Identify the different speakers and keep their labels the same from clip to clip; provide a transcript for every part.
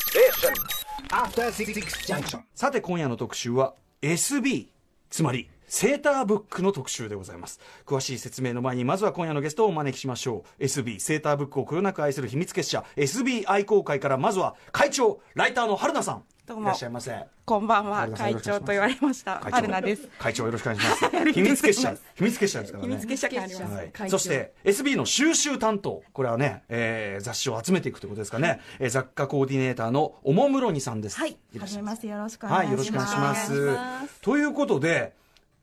Speaker 1: station.
Speaker 2: さて今夜の特集は SB つまりセーターブックの特集でございます詳しい説明の前にまずは今夜のゲストをお招きしましょう SB セーターブックをこよなく愛する秘密結社 SB 愛好会からまずは会長ライターの春菜さん
Speaker 3: どうも
Speaker 2: いらっしゃいませ
Speaker 3: こんばんは
Speaker 2: 春、菜さん
Speaker 3: 会長と言われました。
Speaker 2: 会長
Speaker 3: 春菜です。
Speaker 2: 会長よろしくお願いし ます秘密結社秘密結社ですから
Speaker 3: 秘
Speaker 2: ね
Speaker 3: 密結社感あります。
Speaker 2: はいそして SB の収集担当これはね、えー雑誌を集めていくということですかね、えー雑貨コーディネーターのおもむろにさんです
Speaker 4: はい
Speaker 2: らっしゃ
Speaker 3: 初め
Speaker 2: いま
Speaker 3: ますしてよろしくお願
Speaker 2: はいい、よろ
Speaker 3: します。
Speaker 2: しくお願いします。ということで、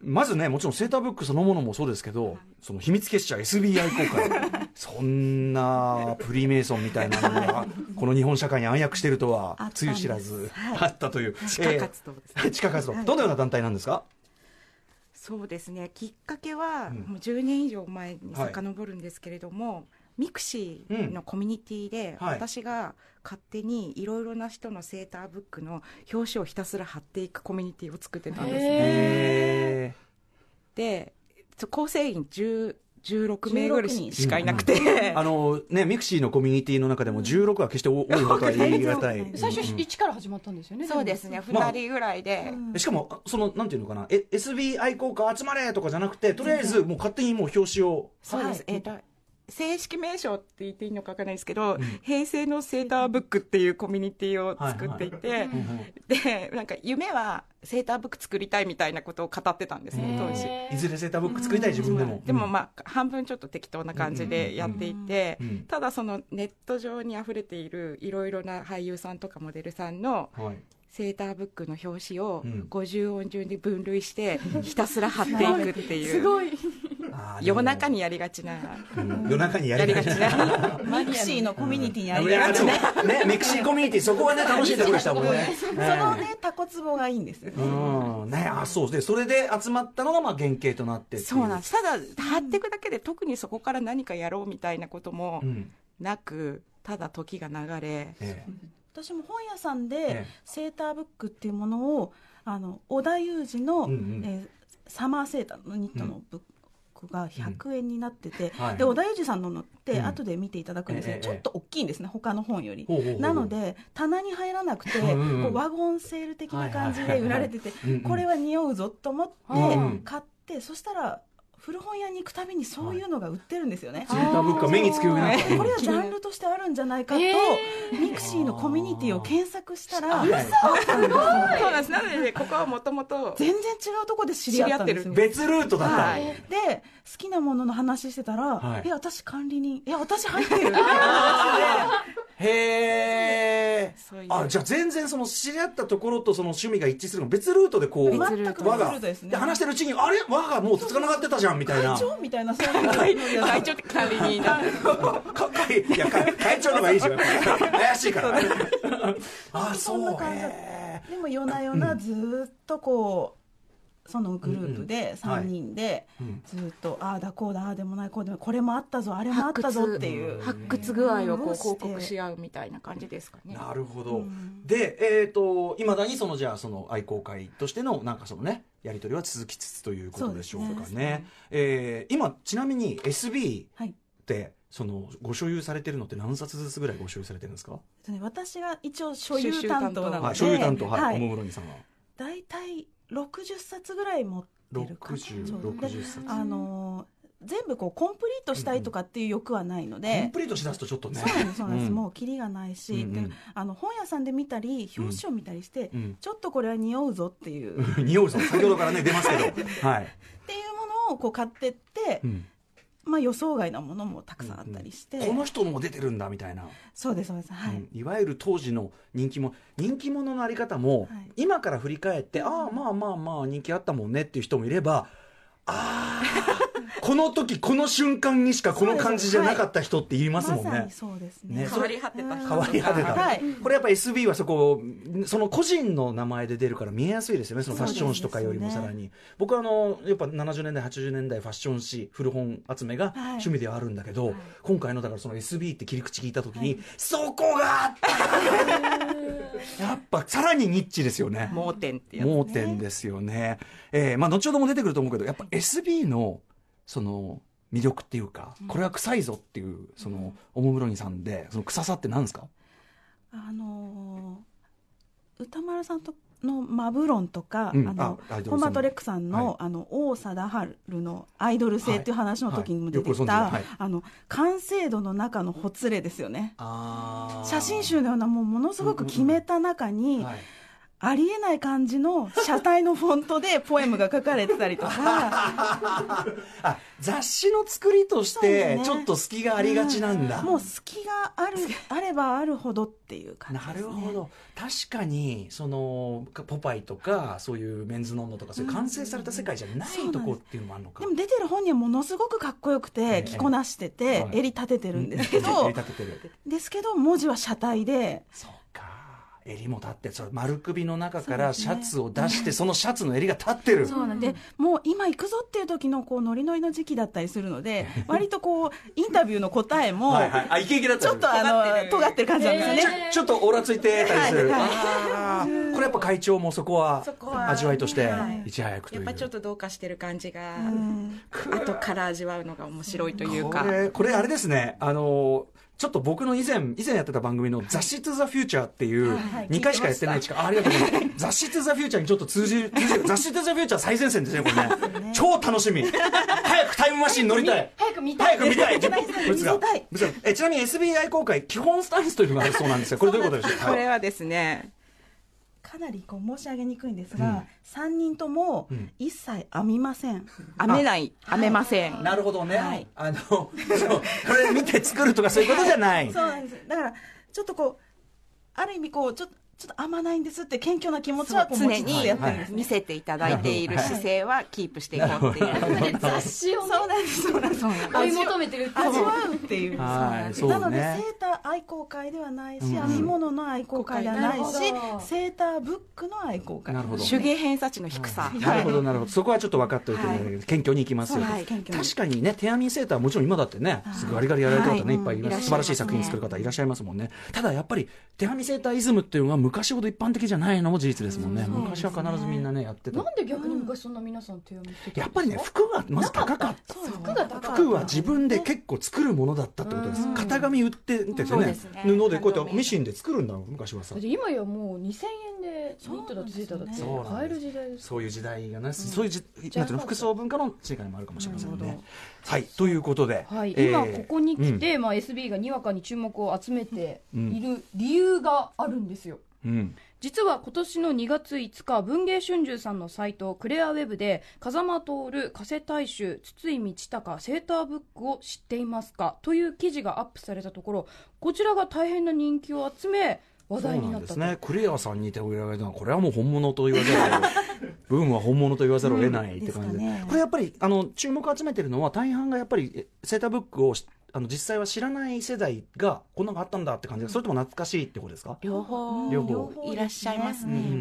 Speaker 2: まずね、もちろんセーターブックそのものもそうですけど、その秘密結社 SBI 公開、そんなプリメイソンみたいなのが、この日本社会に暗躍しているとは
Speaker 3: あっ、た
Speaker 2: つ
Speaker 3: ん
Speaker 2: ゆ
Speaker 3: です
Speaker 2: 知らず、
Speaker 3: はい
Speaker 2: あったという。
Speaker 3: 地下活動ですね
Speaker 2: えー地下活動。どのような団体なんですか
Speaker 3: そうですね。きっかけは、
Speaker 2: ん
Speaker 3: もう10年以上前に
Speaker 2: はい
Speaker 3: 遡るんですけれども、ミクシーのコミュニティで、
Speaker 2: うんはい
Speaker 3: 私が勝手にいろいろな人のセーターブックの表紙をひたすら貼っていくコミュニティを作ってたんです。
Speaker 2: え
Speaker 3: で、構成員10 16名ぐらいしかいなくて、
Speaker 2: ーあのね、ミクシーのコミュニティの中でも16は決して多多いことは言い難い。
Speaker 4: 最初一から始まったんですよね。
Speaker 3: そうですね、
Speaker 2: まあ
Speaker 3: 2人ぐらいで、
Speaker 2: しかも、あその、なんていうのかな、え SBI 効果集まれとかじゃなくて、とりあえず、もう勝手にもう表紙を。
Speaker 3: そうです、
Speaker 4: はい
Speaker 3: えーと正式名称って言っていいのかわからないですけど、平成のセーターブックっていうコミュニティを作っていて、
Speaker 4: はいはい
Speaker 2: うんうん
Speaker 3: でなんか夢はセーターブック作りたいみたいなことを語ってたんですね、当時。
Speaker 4: へー
Speaker 2: いずれセーターブック作りたい自分でも。
Speaker 3: でもまあ半分ちょっと適当な感じでやっていて
Speaker 2: うんうんうんうん
Speaker 3: ただそのネット上に溢れているいろいろな俳優さんとかモデルさんの
Speaker 2: あ、はい。
Speaker 3: セーターブックの表紙を
Speaker 2: うん
Speaker 3: 50音順に分類してひたすら貼ってい くってい
Speaker 4: す
Speaker 3: う
Speaker 4: ごい。
Speaker 2: あー
Speaker 3: 夜中、にやりがちな
Speaker 2: でもうん夜中にや
Speaker 3: や
Speaker 2: りが
Speaker 3: りが
Speaker 2: ち
Speaker 3: ち
Speaker 2: な。
Speaker 3: な。
Speaker 4: ミクシーのコミュニティに
Speaker 2: いやでもね、メキシコミュニティ、そこはね、楽しいところでしたもんね。
Speaker 4: そのね、タコツボがいいんですよね。
Speaker 2: うん、ね、あ、そうで、それで集まったのが、まあ、原型となってってい
Speaker 3: そうなんですただ貼っていくだけで特にそこから何かやろうみたいなことも
Speaker 2: うん、
Speaker 3: なくただ時が流れ
Speaker 2: え
Speaker 4: 私も本屋さん
Speaker 2: え
Speaker 4: で
Speaker 2: え
Speaker 4: セーターブックっていうものをあの織田裕二の、
Speaker 2: うんうん
Speaker 4: えーサマーセーターのニットのブックが100円になってて、
Speaker 2: はい
Speaker 4: で織田裕二さんののって
Speaker 2: うん
Speaker 4: 後で見ていただくんですけど、
Speaker 2: ええ
Speaker 4: ちょっと大きいんですね他の本より
Speaker 2: ほうほうほう
Speaker 4: なので棚に入らなくて、
Speaker 2: うんうん
Speaker 4: こうワゴンセール的な感じで売られてて、
Speaker 2: いはいはいうんうん
Speaker 4: これは匂うぞと思って
Speaker 2: うん
Speaker 4: 買って、そしたら古本屋に行くたびにそういうのが売ってるんですよね、
Speaker 2: えセーターブックが目につくように なった。
Speaker 4: これはジャンルとしてあるんじゃないかと、えミクシーのコミュニティを検索したら
Speaker 2: はい
Speaker 3: そうなんですなのでねここはもともと
Speaker 4: 全然違うとこで知り合ったんですよ
Speaker 3: 知り合って
Speaker 2: 別ルートだった。
Speaker 3: はい
Speaker 4: で好きなものの話してたら「
Speaker 2: はい
Speaker 4: え私管理人え私入ってる」
Speaker 2: へえ
Speaker 3: そういう
Speaker 2: あじゃあ全然その知り合ったところとその趣味が一致するの別ルートでこう
Speaker 4: 全
Speaker 2: 輪
Speaker 4: く別ル
Speaker 2: が
Speaker 4: ートですね
Speaker 2: で話してるうちにあれ輪がもうつかながってたじゃんみたいな
Speaker 4: 会長みたいなそういう の
Speaker 3: 会長って管理人なんです
Speaker 2: かかいいやか会長の方がいいじゃん怪しい からねあ
Speaker 4: そん
Speaker 2: そ
Speaker 4: な
Speaker 2: う
Speaker 4: 感じだった
Speaker 2: へ
Speaker 4: でも夜な夜なずーっとこうそのグループ
Speaker 2: う
Speaker 4: で3人で
Speaker 2: うん
Speaker 4: ずーっとああだこうだああでもないこうでもないこれもあったぞあれもあったぞっていう
Speaker 3: 発掘具合をこ
Speaker 4: ど
Speaker 3: う
Speaker 4: うして
Speaker 3: 報告し合うみたいな感じですか
Speaker 2: え
Speaker 3: ね
Speaker 2: なるほど、でえっ、といまだにそのじゃあその愛好会としてのなんかそのねやり取りは続きつつということでしょう
Speaker 4: そう
Speaker 2: か
Speaker 4: で
Speaker 2: ね
Speaker 4: すね
Speaker 2: えー今ちなみに SB
Speaker 4: はい
Speaker 2: ってそのご所有されてるのって何冊ずつぐらいご所有されてるんですか
Speaker 4: えっとね私が一応所有担当なの
Speaker 2: は
Speaker 4: で
Speaker 2: い、所有担当、はい、
Speaker 4: はい
Speaker 2: おもむろにさんは。
Speaker 4: 大体60冊ぐらい持ってるかな
Speaker 2: 60
Speaker 4: そうで
Speaker 2: 60冊
Speaker 4: あのー全部こうコンプリートしたいとかっていう欲はない
Speaker 2: コ
Speaker 4: の
Speaker 2: ン
Speaker 4: で、
Speaker 2: プリートしだすとちょっとね。
Speaker 4: そうなんですそうなんです、
Speaker 2: うん
Speaker 4: もうキリがないし、
Speaker 2: うんうん
Speaker 4: であの本屋さんで見たり表紙を見たりして、
Speaker 2: うん
Speaker 4: ちょっとこれは匂うぞっていう、っ
Speaker 2: 匂うぞ、先ほどからね、出ますけど。はい。
Speaker 4: ていうものをこう買ってって、
Speaker 2: うん
Speaker 4: まあ、予想外なものもたくさんあったりして、
Speaker 2: この人も出てるんだみたいな、
Speaker 4: そうですそうですはい、
Speaker 2: うんいわゆる当時の人気も人気者のあり方も、
Speaker 4: はい
Speaker 2: 今から振り返って、ああまあまあまあ人気あったもんねっていう人もいれば ああこの時この瞬間にしかこの感じじゃなかった人って言いますもんね。
Speaker 4: まさにそうですね
Speaker 2: ね
Speaker 3: 変わり果てた人
Speaker 2: 変わり果てた、
Speaker 4: はい
Speaker 2: これやっぱ SB はそこその個人の名前で出るから見えやすいですよねそのファッション誌とかよりもさらに、僕はあのやっぱ70年代80年代ファッション誌古本集めが趣味ではあるんだけど、今回のだからその SB って切り口聞いた時に、そこがあった やっぱさらにニッチですよね
Speaker 3: 盲点ってやつ
Speaker 2: 盲点ですよね、えーまあ、後ほども出てくると思うけどやっぱ SB のその魅力っていうかこれは臭いぞっていうそのおもむろにさんでその臭さって何ですか
Speaker 4: あのー歌丸さんとのマブロンとか、
Speaker 2: うん
Speaker 4: あの
Speaker 2: あアイドルさんの
Speaker 4: 本間トレックさんの,、
Speaker 2: はい
Speaker 4: あの王貞治のアイドル性っていう話の時にも出てきた、
Speaker 2: はいはいよくご存知で
Speaker 4: あの完成度の中のほつれですよね
Speaker 2: あー
Speaker 4: 写真集のようなもうものすごく決めた中に、
Speaker 2: はい
Speaker 4: ありえない感じの車体のフォントでポエムが書かれてたりとか
Speaker 2: あ雑誌の作りとし
Speaker 4: そうだ
Speaker 2: て
Speaker 4: ね
Speaker 2: ちょっと隙 がありがちなんだ、
Speaker 4: もう隙があ るあればあるほどっていう感じ
Speaker 2: な
Speaker 4: で
Speaker 2: る
Speaker 4: すね
Speaker 2: ほど確かにそのかポパイとかそういうメンズノンノとかそういう完成された世界じゃな
Speaker 4: そうないんで
Speaker 2: と
Speaker 4: す
Speaker 2: こっていうのもあるのか
Speaker 4: でも出てる本人はものすごくかっこよく
Speaker 2: ええ
Speaker 4: て着こなしてて、
Speaker 2: はい
Speaker 4: 襟立ててるんですけ
Speaker 2: うん
Speaker 4: ど
Speaker 2: 襟立ててる
Speaker 4: ですけど文字は車体で
Speaker 2: そうか襟も立ってそれ丸首の中からシ
Speaker 4: そう
Speaker 2: ャ
Speaker 4: ですね
Speaker 2: ツを出してそのシャツの襟が立ってる
Speaker 1: そうなんで
Speaker 4: で、もう今行くぞっていう時のこうノリノリの時期だったりするの で割とこうインタビューの答えも
Speaker 2: はいはいあイケイケだった
Speaker 4: ちょっとあ
Speaker 3: 尖って
Speaker 4: の
Speaker 3: る
Speaker 4: 尖ってる感じなんですよね。
Speaker 1: ええ
Speaker 2: ちょっとオーラついてたりする、
Speaker 4: はいはい
Speaker 2: あーこれやっぱ会長もそこは
Speaker 3: そこは
Speaker 2: 味わいとして
Speaker 4: はい
Speaker 2: いち早くとい
Speaker 3: や
Speaker 2: う
Speaker 3: っぱちょっとどうかしてる感じが、
Speaker 4: うん
Speaker 3: あとから味わうのが面白いというか
Speaker 2: これこれあれですねあのちょっと僕の以前以前やってた番組の「雑誌 to the future」っていう
Speaker 4: はい
Speaker 2: 2回しかやってないしかあありがとうございます雑誌 to the future にちょっと通じる通じる雑誌 to the future 最前線ですねこれね超楽しみ早くタイムマシン乗りたい
Speaker 1: 早く見たい
Speaker 2: 早く見たい
Speaker 4: 見せたい
Speaker 2: ブツがえちなみに SBI 公開基本スタンスというのがあるそうなんですよこれどういうことでしょうか
Speaker 3: これはですね、
Speaker 4: かなりこう申し上げにくいんですが、三3人とも
Speaker 2: うん
Speaker 4: 一切編みません、
Speaker 3: 編めない、編めません。
Speaker 2: なるほどね、
Speaker 4: はい
Speaker 2: あのそうこれ見て作るとかそういうことじゃない
Speaker 4: そうなんですだからちょっとこうある意味こうちょっとちょっと編まないんですって謙虚な気持ちはこう
Speaker 3: 常
Speaker 4: 持ちつ
Speaker 3: に
Speaker 4: つやってるんですね、
Speaker 3: 見せていただいている姿勢はキープしていこうっていう。
Speaker 1: 雑誌をね
Speaker 4: そうなんですそうなんです
Speaker 1: 追い求めてるっていう
Speaker 4: 味わうっていう
Speaker 2: はい
Speaker 4: そうなんですな
Speaker 2: そうね
Speaker 4: のでセーター愛好会ではないし、
Speaker 2: うん
Speaker 4: 編み物の愛好会ではないし
Speaker 1: なるほど
Speaker 4: セーターブックの愛好会
Speaker 2: なるほど
Speaker 3: 手芸偏差値の低さ。
Speaker 2: なるほどなるほどそこはちょっと分かっておいていただけると謙虚にいきますよ、
Speaker 4: そうです謙虚に
Speaker 2: 確かにね手編みセーターはもちろん今だってねすぐガリガリやられた方ね、、
Speaker 3: はい
Speaker 2: っぱいいます
Speaker 3: うん
Speaker 2: 素晴らしい作品作る方いらっしゃいますもんねただやっぱり手編みセーターイズムっていうのは昔ほど一般的じゃないのも事実ですもんね、
Speaker 1: うん
Speaker 2: 昔は必ずみんなねやってた
Speaker 1: なんで逆に昔そんな皆さん手を見て
Speaker 2: やっぱりね服がまず高かった
Speaker 4: そう
Speaker 1: 服が高かった
Speaker 2: 服は自分で結構作るものだったってことです、
Speaker 1: うん
Speaker 2: 型紙売ってんです
Speaker 3: そ
Speaker 2: よ
Speaker 3: う
Speaker 2: ね,、
Speaker 3: ですね
Speaker 2: 布でこうやってミシンで作るんだろう昔はさ
Speaker 1: だって今やもう2000円でニットだってセーターだって
Speaker 2: そうなんです
Speaker 1: 買える時代です
Speaker 2: そういう時代がね、そういうじ
Speaker 1: じゃあ
Speaker 2: なんていうの服装文化の違いもあるかもしれません
Speaker 1: なる
Speaker 2: ね
Speaker 1: ほ。
Speaker 2: はい、ということで、
Speaker 1: はい、
Speaker 2: えー
Speaker 1: 今ここに来、て、まあ、SB がにわかに注目を集めている理由があるんですよ、
Speaker 2: うんうん
Speaker 1: 実は今年の2月5日文藝春秋さんのサイトクレアウェブで風間徹加瀬大衆筒井道隆セーターブックを知っていますかという記事がアップされたところこちらが大変な人気を集め話
Speaker 2: そう
Speaker 1: 題
Speaker 2: な
Speaker 1: になんっ
Speaker 2: で
Speaker 1: た
Speaker 2: す
Speaker 1: と、
Speaker 2: ね。クレアさんに手を入れられたのは、これはもう本物と言わざるを、ブームは本物と言わざるを得ないって感じで、
Speaker 4: うんですかね
Speaker 2: これやっぱりあの注目を集めてるのは大半がやっぱりえセーターブックをしあの実際は知らない世代がこんなのがあったんだって感じが、それとも懐かしいってことですか？
Speaker 3: 両方
Speaker 2: 両方
Speaker 3: いらっしゃいます
Speaker 2: う
Speaker 3: ね
Speaker 2: んうんうんう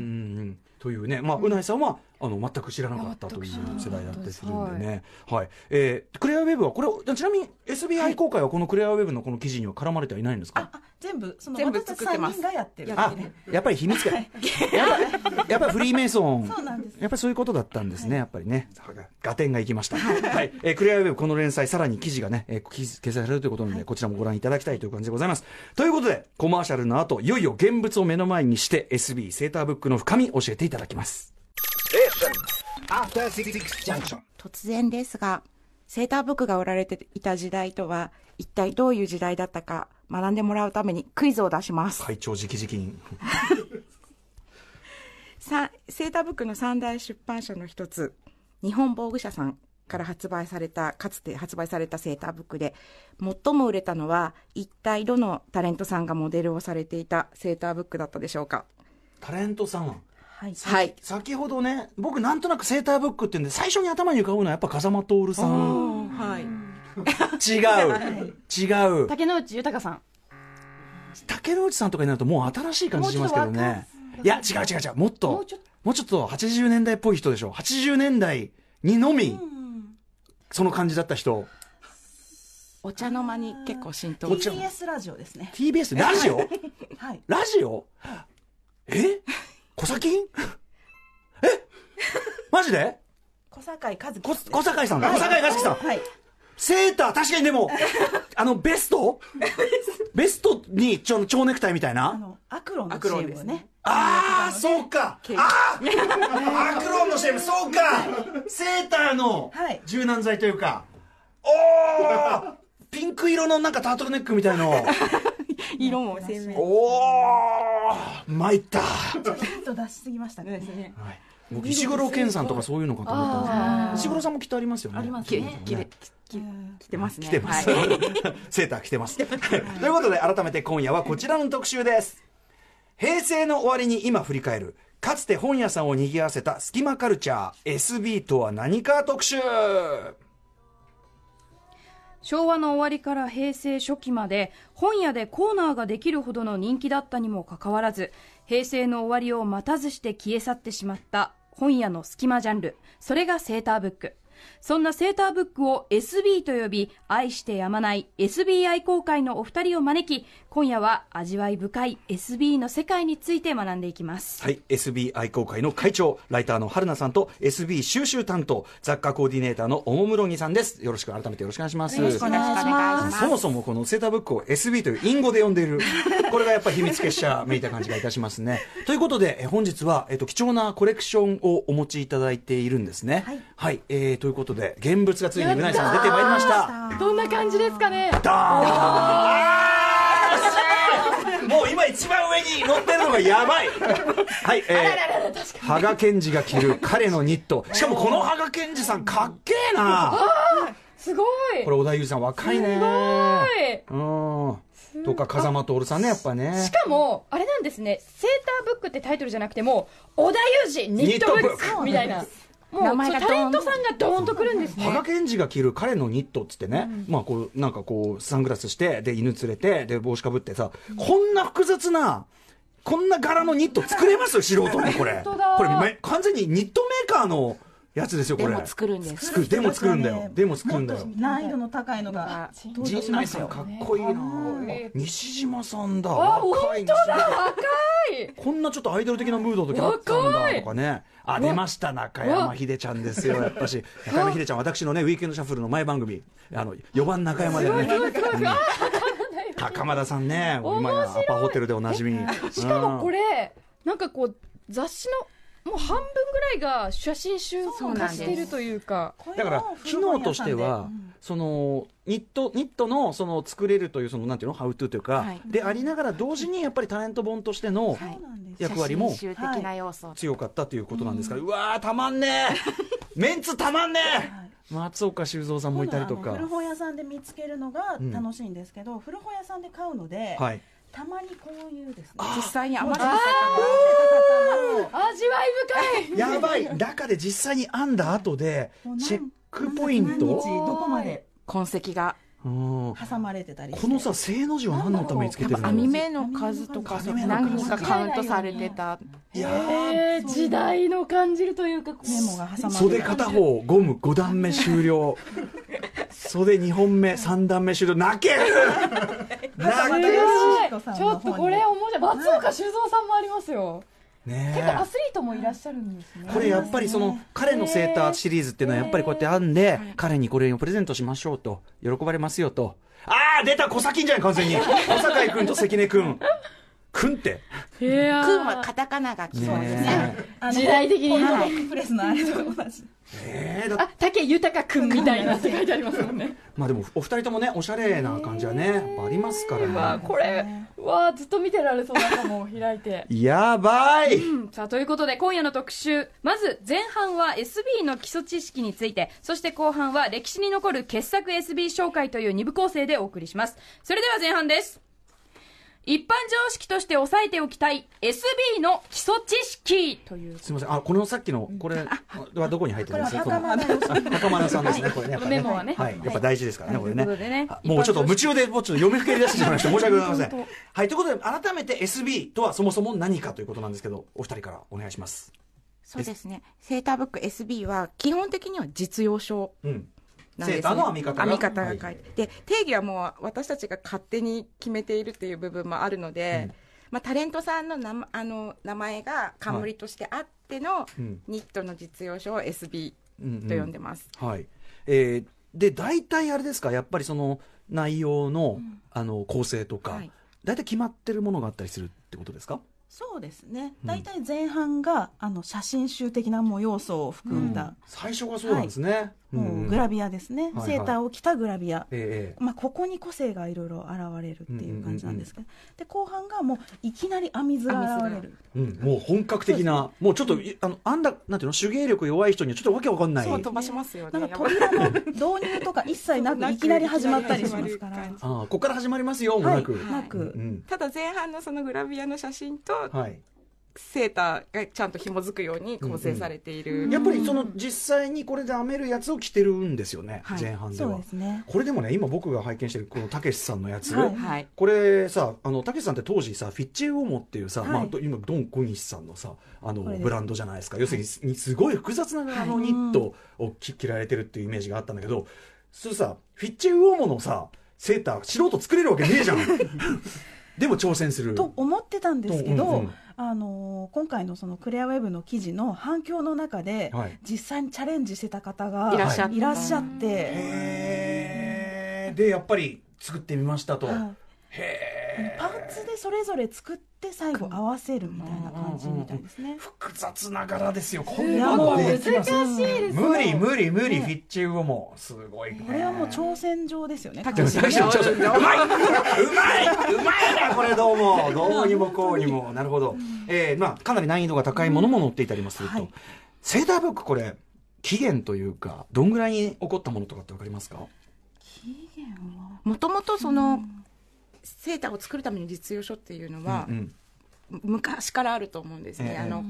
Speaker 2: んというね、まあ、うないさんはあの全く知らなかったという世代だったりするんでね、はいえークレアウェブはこれをちなみに SBI 公開はこのクレアウェブのこの記事には絡まれてはいないんですか
Speaker 4: あ、あ全部その
Speaker 3: 全部
Speaker 4: 私たち
Speaker 3: 作ってま
Speaker 4: 3
Speaker 3: す
Speaker 4: 人がやってる
Speaker 2: あやっぱり秘密か、やっぱやっぱりフリーメイソン
Speaker 4: そうなんです
Speaker 2: やっぱりそういうことだったんですね、やっぱりね合点がいきました、はいえークレアウェブこの連載さらに記事がね、えー記事掲載されるということなので、こちらもご覧いただきたいという感じでございますということでコマーシャルの後いよいよ現物を目の前にして SB セーターブックの深み教えていただきます
Speaker 5: After Six Junction.
Speaker 3: 突然ですが、セーターブックが売られていた時代とは、一体どういう時代だったか、学んでもらうためにクイズを出します。
Speaker 2: 会長直々に
Speaker 3: さセーターブックの三大出版社の一つ、日本防具社さんから発売された、かつて発売されたセーターブックで、最も売れたのは、一体どのタレントさんがモデルをされていたセーターブックだったでしょうか。
Speaker 2: タレントさん
Speaker 4: はい
Speaker 3: はい。
Speaker 2: 先ほどね僕なんとなくセーターブックっていうんで最初に頭に浮かぶのはやっぱ風間徹さん
Speaker 3: はい。
Speaker 2: 違う違う
Speaker 1: 竹野内豊さん
Speaker 2: 竹之内さんとかになるともう新しい感じしますけどねいや違う違う違うもっと
Speaker 1: もうちょっと
Speaker 2: もうちょっと80年代っぽい人でしょ80年代にのみ、
Speaker 4: うん
Speaker 2: その感じだった人
Speaker 3: お茶の間に結構浸透
Speaker 2: こっちは
Speaker 4: TBS ラジオですね
Speaker 2: TBS ラジオ
Speaker 4: はい
Speaker 2: ラジオえ小崎えマジで
Speaker 4: 小堺一樹
Speaker 2: こ小堺さんだ小堺一樹さん
Speaker 4: はい
Speaker 2: セーター確かにで もあのベストベストにちょ蝶ネクタイみたい
Speaker 4: あ
Speaker 2: な
Speaker 4: のアクロンの
Speaker 3: アクロン
Speaker 4: CM
Speaker 3: で
Speaker 4: を
Speaker 3: す
Speaker 4: ね
Speaker 3: ね
Speaker 2: ああそうかああアクロンの CM そうかセーターの
Speaker 4: はい
Speaker 2: 柔軟剤というかおおピンク色のなんかタートルネックみ たいの
Speaker 3: 色も鮮明
Speaker 2: おお参った、
Speaker 4: ヒント出しすぎましたね
Speaker 2: はい、僕石黒健さんとかそういうのかと思ったんですけど
Speaker 6: あ
Speaker 2: 石黒さんもきっとありますよね
Speaker 4: あります
Speaker 3: き
Speaker 4: ね
Speaker 3: きれ
Speaker 4: う
Speaker 3: き
Speaker 4: ん
Speaker 3: 着てますね
Speaker 2: 来てます、
Speaker 3: はい
Speaker 2: セーター着てますということで改めて今夜はこちらの特集です平成の終わりに今振り返るかつて本屋さんを賑わせたスキマカルチャー SB とは何か特集
Speaker 6: 昭和の終わりから平成初期まで本屋でコーナーができるほどの人気だったにもかかわらず平成の終わりを待たずして消え去ってしまった本屋の隙間ジャンルそれがセーターブックそんなセーターブックを SB と呼び愛してやまない SB 愛好会のお二人を招き今夜は味わい深い SB の世界について学んでいきます
Speaker 2: はい SB 愛好会の会長ライターの春菜さんと SB 収集担当雑貨コーディネーターのおもむろぎさんですよろしく改めてよろしくお願いします
Speaker 3: よろしくお願いします
Speaker 2: そもそもこのセーターブックを SB という隠語で呼んで いるこれがやっぱ秘密結社めいた感じがいたしますねということでえ本日は、えっと、貴重なコレクションをお持ちいただいているんですねはい、えーということで現物がついにうないさん出てまいりました
Speaker 6: どんな感じですかね
Speaker 2: ダーンあーもう今一番上に乗ってるのがやばいはいえー、羽賀健二が着る彼のニットしかもこの羽賀健二さんかっけえな
Speaker 6: すごい
Speaker 2: これ織田裕二さん若いね
Speaker 6: はい
Speaker 2: うん。とか風間徹さんねやっぱね
Speaker 6: しかも、あれなんですね、セーターブックってタイトルじゃなくても、織田裕二ニットブ
Speaker 2: ニット
Speaker 6: ックみたいな。もう
Speaker 3: 名前が
Speaker 6: タ
Speaker 3: ドーンと
Speaker 6: レントさんがドーンとくるんです
Speaker 2: 羽
Speaker 6: ね
Speaker 2: 賀。健二が着る彼のニットっつってね、まあこうなんかこうサングラスしてで犬連れてで帽子かぶってさ、こんな複雑なこんな柄のニット作れますよ素人ねこれ
Speaker 6: 本当だ
Speaker 2: これめ完全にニットメーカーのやつですよこ
Speaker 3: で
Speaker 2: れ
Speaker 3: も作るんです
Speaker 2: 作るでも作るんだよでも作るんだよ
Speaker 4: もっと難易度の高いのが登場し
Speaker 2: 陣
Speaker 4: ま
Speaker 2: 内
Speaker 4: す
Speaker 2: さん
Speaker 4: よ
Speaker 2: かっこいいな
Speaker 6: ね
Speaker 2: 西島さんだ
Speaker 6: あ、本
Speaker 2: 若い
Speaker 6: 当
Speaker 2: ね
Speaker 6: だ、若い。
Speaker 2: こんなちょっとアイドル的なムードの時だったんだとかね。あ、出ました、中山秀ちゃんですよ、やっぱし。中山秀ちゃん、私のね、ウィークエンドシャッフルの前番組、あの、4番中山でね。うん高間田さんね、今やアパホテルでおなじみ。
Speaker 6: しかもこ
Speaker 2: れ、
Speaker 6: れ、なんかこう、雑誌の、もう半分ぐらいが写真集化してるというか。
Speaker 4: こうい
Speaker 2: だ
Speaker 4: うの
Speaker 2: か
Speaker 4: を
Speaker 2: ら、機能としては、その、ニット、ニットの、その、作れるという、その、なんていうの、ハウトゥーというか
Speaker 3: はい、
Speaker 2: でありながら、同時に、やっぱりタレント本としての
Speaker 4: 古本屋さんでうんそうなんですよ
Speaker 2: 役割も
Speaker 3: 写、真集的な要素、
Speaker 2: 強かったということなんですから、うわーたまんねえメンツたまんねえ松岡修造さんもいたりと
Speaker 4: あの
Speaker 2: か
Speaker 4: 古本屋さんで見つけるのが楽しいんですけど、古本屋さんで買うので、
Speaker 2: はい
Speaker 4: たまにこういうですね
Speaker 3: 実際にあまり
Speaker 6: 味わい深い。
Speaker 2: やばい中で実際に編んだ後で
Speaker 4: もう何
Speaker 2: チェックポイン
Speaker 4: 何
Speaker 2: ト
Speaker 4: 日どこまで
Speaker 3: 痕跡が
Speaker 2: うんこ
Speaker 4: 挟まれてたりして
Speaker 2: のさ正の字は何のためにつけ
Speaker 3: やって
Speaker 2: る
Speaker 3: ぱ
Speaker 2: の
Speaker 3: 網目の数とか
Speaker 2: 網目の数
Speaker 3: 何人かカウントされてた
Speaker 2: いや
Speaker 6: えー、時代の感じるというか、こう
Speaker 4: メモが挟
Speaker 2: ー
Speaker 4: まれ
Speaker 2: 袖
Speaker 4: てたり
Speaker 2: 片方ゴム5段目終了袖2本目3段目終了泣ける泣ける
Speaker 6: すごい。ちょっとこれ面白い。松岡修造さんもありますよ。
Speaker 2: ねえ
Speaker 6: 結構アスリートもいらっしゃるんですね。
Speaker 2: これやっぱりその彼のセーターシリーズっていうのはやっぱりこうやって編んで彼にこれをプレゼントしましょうと喜ばれますよとああ出た小崎んじゃん完全に 小坂井君と関根君君って
Speaker 6: いやー
Speaker 3: クンはカタカナが基本ですね
Speaker 2: ね
Speaker 4: あの
Speaker 6: 時代的に
Speaker 4: ホットドッグプレスのあれと同じ
Speaker 2: ええだ
Speaker 6: あ、竹豊くんみたいな って書いてありますもんね。
Speaker 2: まあでもお二人ともねおしゃれな感じはねやっぱありますか
Speaker 6: うわ
Speaker 2: らね
Speaker 6: これ、うわずっと見てられそうだかも、開いて。
Speaker 2: やばい
Speaker 6: さあ、ということで、今夜の特集。まず、前半は SB の基礎知識について、そして後半は歴史に残る傑作 SB 紹介という2部構成でお送りします。それでは前半です。一般常識として押さえておきたい SB の基礎知識という。
Speaker 2: すみませんあこのさっきのこれはどこに入ってるんですか
Speaker 4: これは袴田
Speaker 2: こ の袴田さんですねこれねやっぱ
Speaker 6: このメモはね
Speaker 2: はいやっぱ大事ですからねこれね
Speaker 6: ということでね
Speaker 2: あもうちょっと夢中でもうちょっと読みふけり出してしまいました申し訳ございませんはいということで改めて SB とはそもそも何かということなんですけどお二人からお願いします
Speaker 3: そうですねセーターブック SB は基本的には実用書
Speaker 2: うん
Speaker 3: なんで
Speaker 2: セー
Speaker 3: すね
Speaker 2: ターの編み方が
Speaker 3: 編み方が書いて、
Speaker 2: はい
Speaker 3: で定義はもう私たちが勝手に決めているっていう部分もあるの
Speaker 2: う
Speaker 3: で、
Speaker 2: ん
Speaker 3: まあ、タレントさんの名あの名前が冠としてあっての
Speaker 2: うん
Speaker 3: ニットの実用書を SB
Speaker 2: うんうん
Speaker 3: と呼んでます、
Speaker 2: はいえーで大体あれですかやっぱりその内容の,、あの構成とか、
Speaker 3: はい
Speaker 2: 大体決まってるものがあったりするってことですか
Speaker 4: そうですね
Speaker 2: うん
Speaker 4: 大体前半が、あの写真集的なもう要素を含んだ、
Speaker 2: 最初がそうなんですね、
Speaker 4: もうグラビアですね、
Speaker 2: はいはい
Speaker 4: セーターを着たグラビア、
Speaker 2: ええ
Speaker 4: まあ、ここに個性がいろいろ現れるっていう感じなんですけど、で後半がもういきなり編み図が現れる
Speaker 2: うん、もう本格的な、もうちょっといあのあんだなんていうの手芸力弱い人にはちょっとわけわかんない
Speaker 3: そう飛ばしますよね。
Speaker 4: なんか扉の導入とか一 切なくいきなり始まったりしますか
Speaker 3: いきなり
Speaker 4: ら
Speaker 3: 始まる感じ
Speaker 2: ああここから始まりますよもなく、
Speaker 4: はい、なく、
Speaker 2: うん
Speaker 3: ただ前半のそのグラビアの写真と
Speaker 2: はい、
Speaker 3: セーターがちゃんと紐づくように構成されている。
Speaker 2: やっぱりその実際にこれで編めるやつを着てるんですよね、
Speaker 3: はい
Speaker 2: 前半で
Speaker 4: そう
Speaker 2: は
Speaker 4: ですね
Speaker 2: これでもね今僕が拝見してるこのたけしさんのやつ、
Speaker 4: はい
Speaker 3: はい。
Speaker 2: これさあのたけしさんって当時さフィッチェウォモっていうさ、
Speaker 4: はい
Speaker 2: まあ、今ドン・コニシさんのさあの
Speaker 4: これです
Speaker 2: ブランドじゃないですか要するにすごい複雑なあのニットを着着られてるっていうイメージがあったんだけどそれさフィッチェウォモのさセーター素人作れるわけね えじゃんでも挑戦する
Speaker 4: と思ってたんですけど、
Speaker 2: うんうん
Speaker 4: あのー今回のそのクレアウェブの記事の反響の中で、
Speaker 2: はい
Speaker 4: 実際にチャレンジしてた方が
Speaker 3: いらっしゃった
Speaker 4: いらっしゃって、
Speaker 2: へーでやっぱり作ってみましたと、
Speaker 4: はい
Speaker 2: へえ
Speaker 4: パンツでそれぞれ作って最後合わせるみたいな感じみたいですね、
Speaker 2: 複雑な柄ですよこん
Speaker 4: い
Speaker 2: な
Speaker 4: やも
Speaker 2: の
Speaker 4: う
Speaker 2: で
Speaker 4: 難
Speaker 2: きます
Speaker 4: しいです
Speaker 2: 無理無理無理、
Speaker 4: ね
Speaker 2: フィッチェウォモすごいね
Speaker 4: これはもう挑戦状ですよね
Speaker 2: でも大将ちょっとうまいうまいうまいなこれどうもどうにもこうにもなるほど、えーまあ、かなり難易度が高いものも載っていたりもすると、
Speaker 4: はい
Speaker 2: セーターブックこれ期限というかどんぐらいに起こったものとかってわかりますか
Speaker 4: 期限は
Speaker 3: もともとそのセーターを作るための実用書っていうのは
Speaker 2: うんうん
Speaker 3: 昔からあると思うんですね。
Speaker 2: ええ
Speaker 3: あの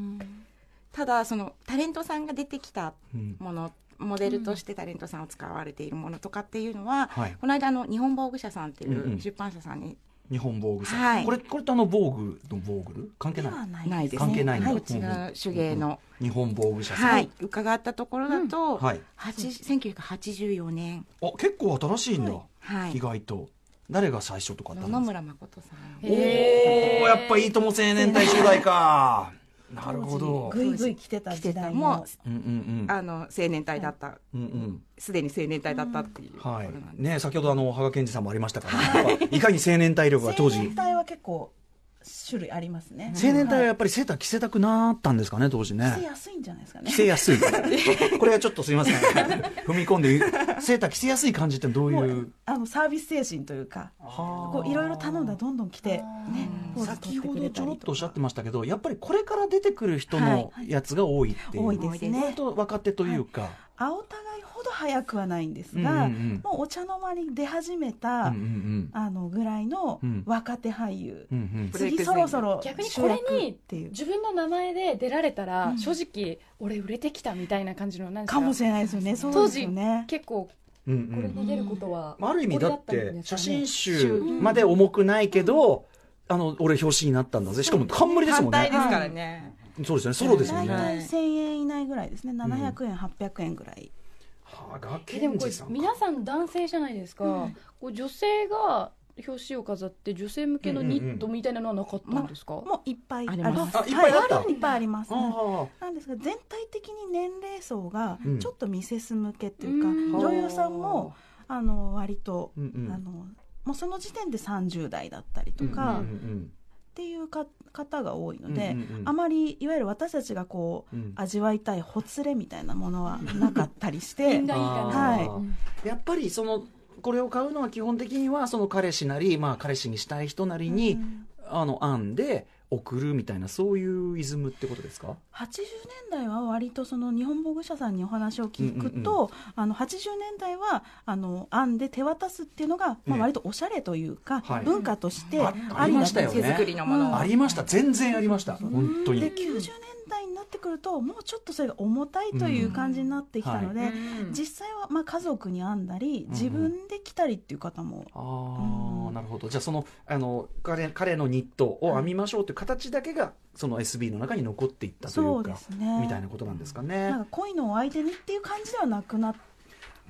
Speaker 3: ただそのタレントさんが出てきた
Speaker 2: うん
Speaker 3: もの。モデルとしてタレントさんを使われているものとかっていうのは、
Speaker 2: はい
Speaker 3: この間あの日本防具社さんってい
Speaker 2: うんう
Speaker 3: うん出版社さんに
Speaker 2: 日本防具さん、
Speaker 3: はい
Speaker 2: これこれとあの防具の防具関係
Speaker 4: で
Speaker 2: ない
Speaker 4: はない
Speaker 3: ないですね
Speaker 2: 関係ないんだ
Speaker 3: はうちの手芸の、
Speaker 2: 日本防具社さん、
Speaker 3: はい、伺ったところだと、
Speaker 2: はい
Speaker 3: 八1984年、
Speaker 2: あ結構新しいんだ、
Speaker 3: は
Speaker 2: 意
Speaker 3: い、
Speaker 2: 外と誰が最初とかあった
Speaker 3: 野
Speaker 2: んです
Speaker 3: 々
Speaker 2: か
Speaker 3: 村誠さ
Speaker 2: お
Speaker 3: ん
Speaker 2: おやっぱいいとも青年大初代かなるほど
Speaker 4: ぐいぐい来てた
Speaker 3: 来て
Speaker 4: 時
Speaker 3: た
Speaker 4: 代
Speaker 3: も
Speaker 4: も
Speaker 2: うんうんうん
Speaker 3: うあの青年隊だった
Speaker 2: うんうん
Speaker 3: すで、に青年隊だったっていうところ
Speaker 2: は
Speaker 3: ないんです、
Speaker 2: ね先ほどあの羽賀健二さんもありましたからやっぱいかに青年体力が当時
Speaker 4: 青年
Speaker 2: 青
Speaker 4: 隊は結構種類ありますね
Speaker 2: 年体はやっぱりセーター着せたくなったんですかね当時
Speaker 4: はい着せ
Speaker 2: ね
Speaker 4: やすいんじゃないですかね
Speaker 2: 着せやすいこれはちょっとすいません踏み込んで言うセーター着せやすい感じってどう
Speaker 4: も
Speaker 2: いうう
Speaker 4: あのサービス精神というかこういろいろ頼んだらどんどん来て、ね、ポーズ取
Speaker 2: 先
Speaker 4: って
Speaker 2: ほ
Speaker 4: く
Speaker 2: ど
Speaker 4: れ
Speaker 2: ち
Speaker 4: た
Speaker 2: ょ
Speaker 4: り
Speaker 2: ろっとおっしゃって
Speaker 4: か
Speaker 2: ましたけどやっぱりこれから出てくる人のやつが多いっていう、
Speaker 4: 多いです
Speaker 2: 割
Speaker 4: ね
Speaker 2: と若手というか、
Speaker 4: あお互いほど早くはないんですが、
Speaker 2: うんうんうん
Speaker 4: もうお茶の間に出始めた、
Speaker 2: うんうん
Speaker 4: あのぐらいの
Speaker 2: うん
Speaker 4: 若手俳優、
Speaker 2: うんうんうん
Speaker 3: ブレイ
Speaker 4: 次
Speaker 3: ク
Speaker 4: そろそろ
Speaker 6: 逆にこれ
Speaker 4: 主役っ
Speaker 6: に
Speaker 4: ていう
Speaker 6: 自分の名前で出られたら、
Speaker 4: うん
Speaker 6: 正直俺売れてきたみたいな感じのなんか
Speaker 4: かもしれないですよねそう
Speaker 6: 当
Speaker 4: です
Speaker 6: 時
Speaker 4: よね
Speaker 6: 結構
Speaker 2: うんう
Speaker 6: これ
Speaker 2: ん
Speaker 6: に出ることは、
Speaker 2: まあある意味だって写真集
Speaker 6: うん
Speaker 2: まで重くないけど、あの俺表紙になったんだぜしかも冠ですも
Speaker 3: 反
Speaker 2: んね
Speaker 3: 対ですからね、
Speaker 2: そうですねソロですもん
Speaker 4: 大
Speaker 2: ね
Speaker 3: は
Speaker 4: 体1000円以内ぐらいですね700円、800円ぐらい
Speaker 2: 羽賀
Speaker 6: えでも
Speaker 2: 健二
Speaker 6: これ
Speaker 2: さんか
Speaker 6: 皆さん男性じゃないですか、こう女性が表紙を飾って女性向けのニットみたいなのはなかったんですか、
Speaker 4: もういっぱいあり
Speaker 3: あり
Speaker 4: ま
Speaker 3: ます
Speaker 2: あいっぱいあった
Speaker 4: はい、いっぱいあります、
Speaker 2: ああ
Speaker 4: なんですが全体的に年齢層が
Speaker 2: うん
Speaker 4: ちょっとミセス向けっていうか、
Speaker 6: うん
Speaker 4: 女優さんもあの割と、
Speaker 2: うんうん
Speaker 4: あのもうその時点で30代だったりと
Speaker 2: う
Speaker 4: か
Speaker 2: んうん
Speaker 4: っていうか方が多いので、
Speaker 2: うんうんうん
Speaker 4: あまりいわゆる私たちがこう、
Speaker 2: うん
Speaker 4: 味わいたいほつれみたいなものはなかったり して
Speaker 6: みんないいかな、
Speaker 4: はい
Speaker 2: いやっぱりそのこれを買うのは基本的にはその彼氏なり、まあ、彼氏にしたい人なりに、
Speaker 4: うん
Speaker 2: あの案で送るみたいなそういうイズムってことですか
Speaker 4: 80年代は割とその日本防具社さんにお話を聞くと、
Speaker 2: うん
Speaker 4: あの80年代はあの編んで手渡すっていうのが、ま
Speaker 2: ええ
Speaker 4: あ、割とおしゃれというか、
Speaker 2: はい
Speaker 4: 文化として
Speaker 2: ああ
Speaker 4: あ
Speaker 2: り
Speaker 4: り
Speaker 2: ま
Speaker 4: だ
Speaker 2: し
Speaker 4: った
Speaker 2: たよ
Speaker 3: 手
Speaker 2: ね
Speaker 3: 作りのものを
Speaker 2: ありました全然ありました本当に
Speaker 4: で90年代になってくるともうちょっとそれが重たいという感じになってきたので、実際はまあ家族に編んだり
Speaker 2: ん
Speaker 4: 自分で着たりっていう方も、
Speaker 2: ああ、
Speaker 4: うん
Speaker 2: なるほどじゃあそのあの彼彼のニットを編みましょうという形だけがその SB の中に残っていったとい
Speaker 4: そう
Speaker 2: う
Speaker 4: で
Speaker 2: か
Speaker 4: すね
Speaker 2: みたいなことなんですかね
Speaker 4: なんか恋のお相手にっていう感じではなくなっ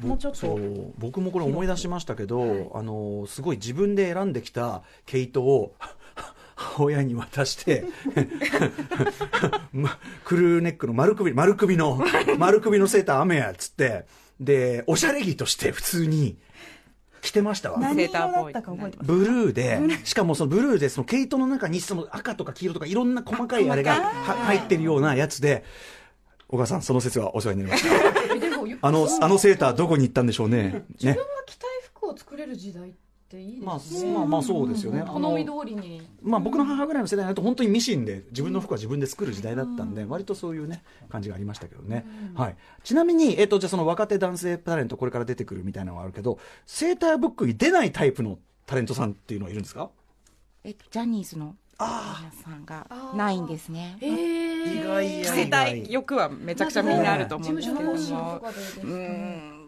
Speaker 4: もうちょっと
Speaker 2: そう僕もこれ思い出しましたけど、あのすごい自分で選んできた毛糸を 母親に渡して、 まクルーネックの丸首丸首の丸首のセーター雨やっつってでおしゃれ着として普通に着てましたわ
Speaker 4: 何色だったか覚えてます
Speaker 2: ブルーで、しかもそのブルーでその毛糸の中にその赤とか黄色とかいろんな細かいあれがは入ってるようなやつで、小川さん、その説はお世話になりました。
Speaker 6: でもよ
Speaker 2: あの、あのセーターどこに行ったんでしょうね。ね。
Speaker 6: 着たい服を作れる時代っていいで
Speaker 2: ま
Speaker 6: すね
Speaker 2: あ、まあ、まあ、そうですよね。あ
Speaker 6: 好
Speaker 2: の
Speaker 6: み通りに
Speaker 2: まあ、僕の母ぐらいの世代だと本当にミシンで自分の服は自分で作る時代だったんで、割とそういうね感じがありましたけどね、はい、ちなみに、えっとじゃあその若手男性タレントこれから出てくるみたいなのがあるけどセーターブックに出ないタイプのタレントさんっていうのはいるんですか
Speaker 3: えっと、ジャニーズの皆さんがないんですね。
Speaker 2: 意外
Speaker 3: 着せたい欲はめちゃくちゃみんなあると思うんですけれど
Speaker 6: 事務所の方
Speaker 3: もう
Speaker 6: 針と。かでですね
Speaker 3: ん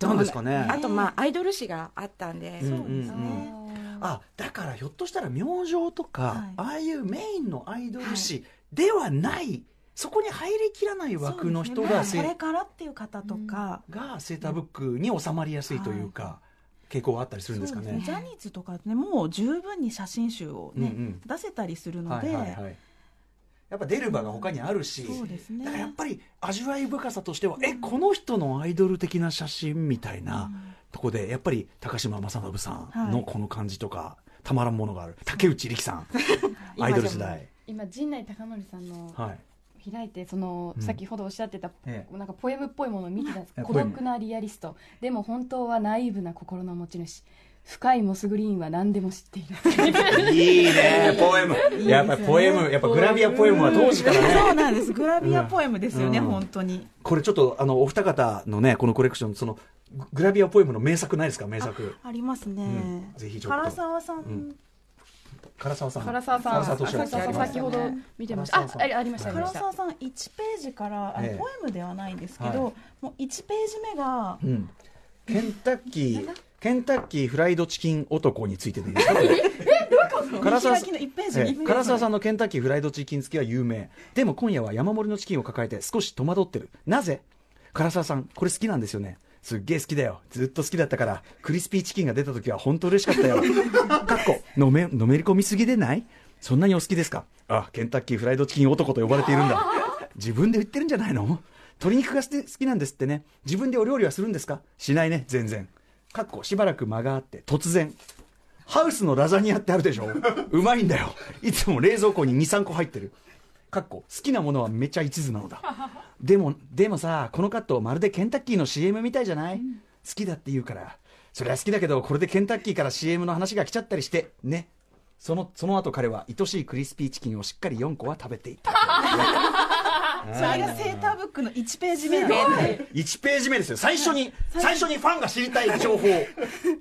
Speaker 2: なんですかね
Speaker 3: あとまあアイドル誌があったんで、
Speaker 2: うんうんうんあだからひょっとしたら明星とか、
Speaker 4: はい
Speaker 2: ああいうメインのアイドル誌ではない、そこに入りきらない枠の人が
Speaker 4: そ
Speaker 2: せ、
Speaker 4: うですねまあこれからっていう方とか、
Speaker 2: がセーターブックに収まりやすいというか、傾向はあったりするんですか
Speaker 4: そう
Speaker 2: ね
Speaker 4: です。ジャニーズとかねもう十分に写真集をね、
Speaker 2: うんうん
Speaker 4: 出せたりするの
Speaker 2: はい
Speaker 4: で、
Speaker 2: はいはいやっぱ出る場が他にあるし、
Speaker 4: そうですね
Speaker 2: だからやっぱり味わい深さとしては、えこの人のアイドル的な写真みたいなとこでやっぱり高島正信さんのこの感じとか、たまらんものがある竹内力 さんアイドル時代
Speaker 6: 今陣内孝則さんの
Speaker 2: はい
Speaker 6: 開いてその、
Speaker 2: うん
Speaker 6: 先ほどおっしゃってた、
Speaker 2: え
Speaker 6: なんかポエムっぽいものを見てたんです
Speaker 2: ええ
Speaker 6: 孤独なリアリストでも本当はナイーブな心の持ち主深いモスグリーンは何でも知 っている
Speaker 2: いいねポエムやっぱりポエムやっぱグラビアポエムは当時からね
Speaker 4: そうなんですグラビアポエムですよね、
Speaker 2: うん
Speaker 4: 本当に
Speaker 2: これちょっとあのお二方のねこのコレクションそのググラビアポエムの名作ないですか名作
Speaker 4: ありますね、
Speaker 2: うんぜひちょっと
Speaker 4: 唐沢さん、
Speaker 2: ん唐沢さん
Speaker 6: 唐沢さん
Speaker 2: 唐沢俊明さん
Speaker 6: 唐沢さん先ほど見てました
Speaker 2: 唐
Speaker 6: あ
Speaker 2: 沢さん
Speaker 6: ありありましたあり
Speaker 4: 唐
Speaker 6: ました
Speaker 4: 沢さん1ページから、あの
Speaker 2: ええ
Speaker 4: ポエムではないんですけど、
Speaker 2: はい
Speaker 4: もう1ページ目が
Speaker 2: うんケンタッキーケンタッキーフライドチキン男についてでいいですかこれ唐
Speaker 4: 見
Speaker 2: 沢
Speaker 4: 開
Speaker 2: さん
Speaker 4: きの1ページ
Speaker 2: え
Speaker 4: に
Speaker 2: え唐沢さんのケンタッキーフライドチキン付きは有名でも今夜は山盛りのチキンを抱えて少し戸惑ってるなぜ唐沢さんこれ好きなんですよねすっげえ好きだよずっと好きだったからクリスピーチキンが出た時は本当嬉しか ったよかっこのめのめり込みすぎでないそんなにお好きですかあケンタッキーフライドチキン男と呼ばれているんだ自分で売ってるんじゃないの鶏肉が好き好きなんですってね自分でお料理はするんですかしないね全然かっこしばらく間があって突然ハウスのラザニアってあるでしょうまいんだよいつも冷蔵庫に23個入ってるかっこ好きなものはめちゃ一途なのだでもでもさこのカットまるでケンタッキーの CM みたいじゃない、好きだって言うからそりゃ好きだけどこれでケンタッキーから CM の話が来ちゃったりしてねそのその後彼は愛しいクリスピーチキンをしっかり4個は食べていた
Speaker 4: それがセーターブックの1ページ目で
Speaker 2: 1ページ目ですよ最初に最初にファンが知りたい情報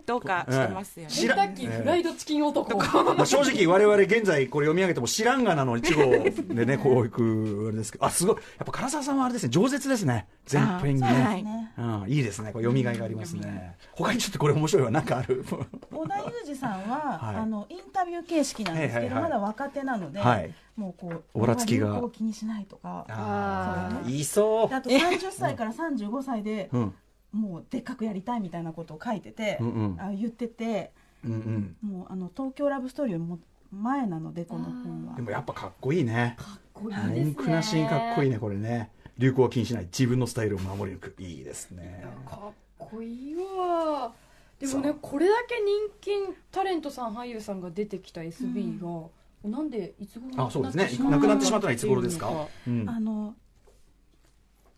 Speaker 3: どうかしてますよね。
Speaker 2: 知ら
Speaker 6: さっきフライドチキン男
Speaker 2: まあ、正直我々現在これ読み上げても知らんがなの一号でねこういくあれですけどあすごいやっぱ唐沢さんはあれですね饒舌ですね全編にね、
Speaker 3: あ
Speaker 2: う
Speaker 3: はい
Speaker 2: ん、いいですねこれ読みがいがありますね他にちょっとこれ面白いわなんかある
Speaker 4: 織田裕二さんは、
Speaker 2: はい
Speaker 4: あのインタビュー形式なんですけど、
Speaker 2: はいはいはい
Speaker 4: まだ若手なので、
Speaker 2: はい
Speaker 4: もうこう
Speaker 2: オラつきが
Speaker 4: 流行を気にしないとか
Speaker 2: あ
Speaker 4: そう
Speaker 2: ーいそう
Speaker 4: であと30歳から35歳で、
Speaker 2: うん
Speaker 4: もうでっかくやりたいみたいなことを書いてて、
Speaker 2: うんうん
Speaker 4: あ言ってて
Speaker 2: うんうん
Speaker 4: もうあの東京ラブストーリーよりも前なのでこの本は
Speaker 2: でもやっぱかっこいいね
Speaker 6: これいいです
Speaker 2: 文
Speaker 6: ね
Speaker 2: 句なしにかっこいいねこれね流行は気にしない自分のスタイルを守り抜くいいですね
Speaker 6: かっこいいわでもねこれだけ人気タレントさん俳優さんが出てきた SB が、なんでいつ頃
Speaker 2: あそうですね
Speaker 6: ま
Speaker 2: な
Speaker 6: った
Speaker 2: くなってしまったのはいつ頃ですか、うん
Speaker 4: あの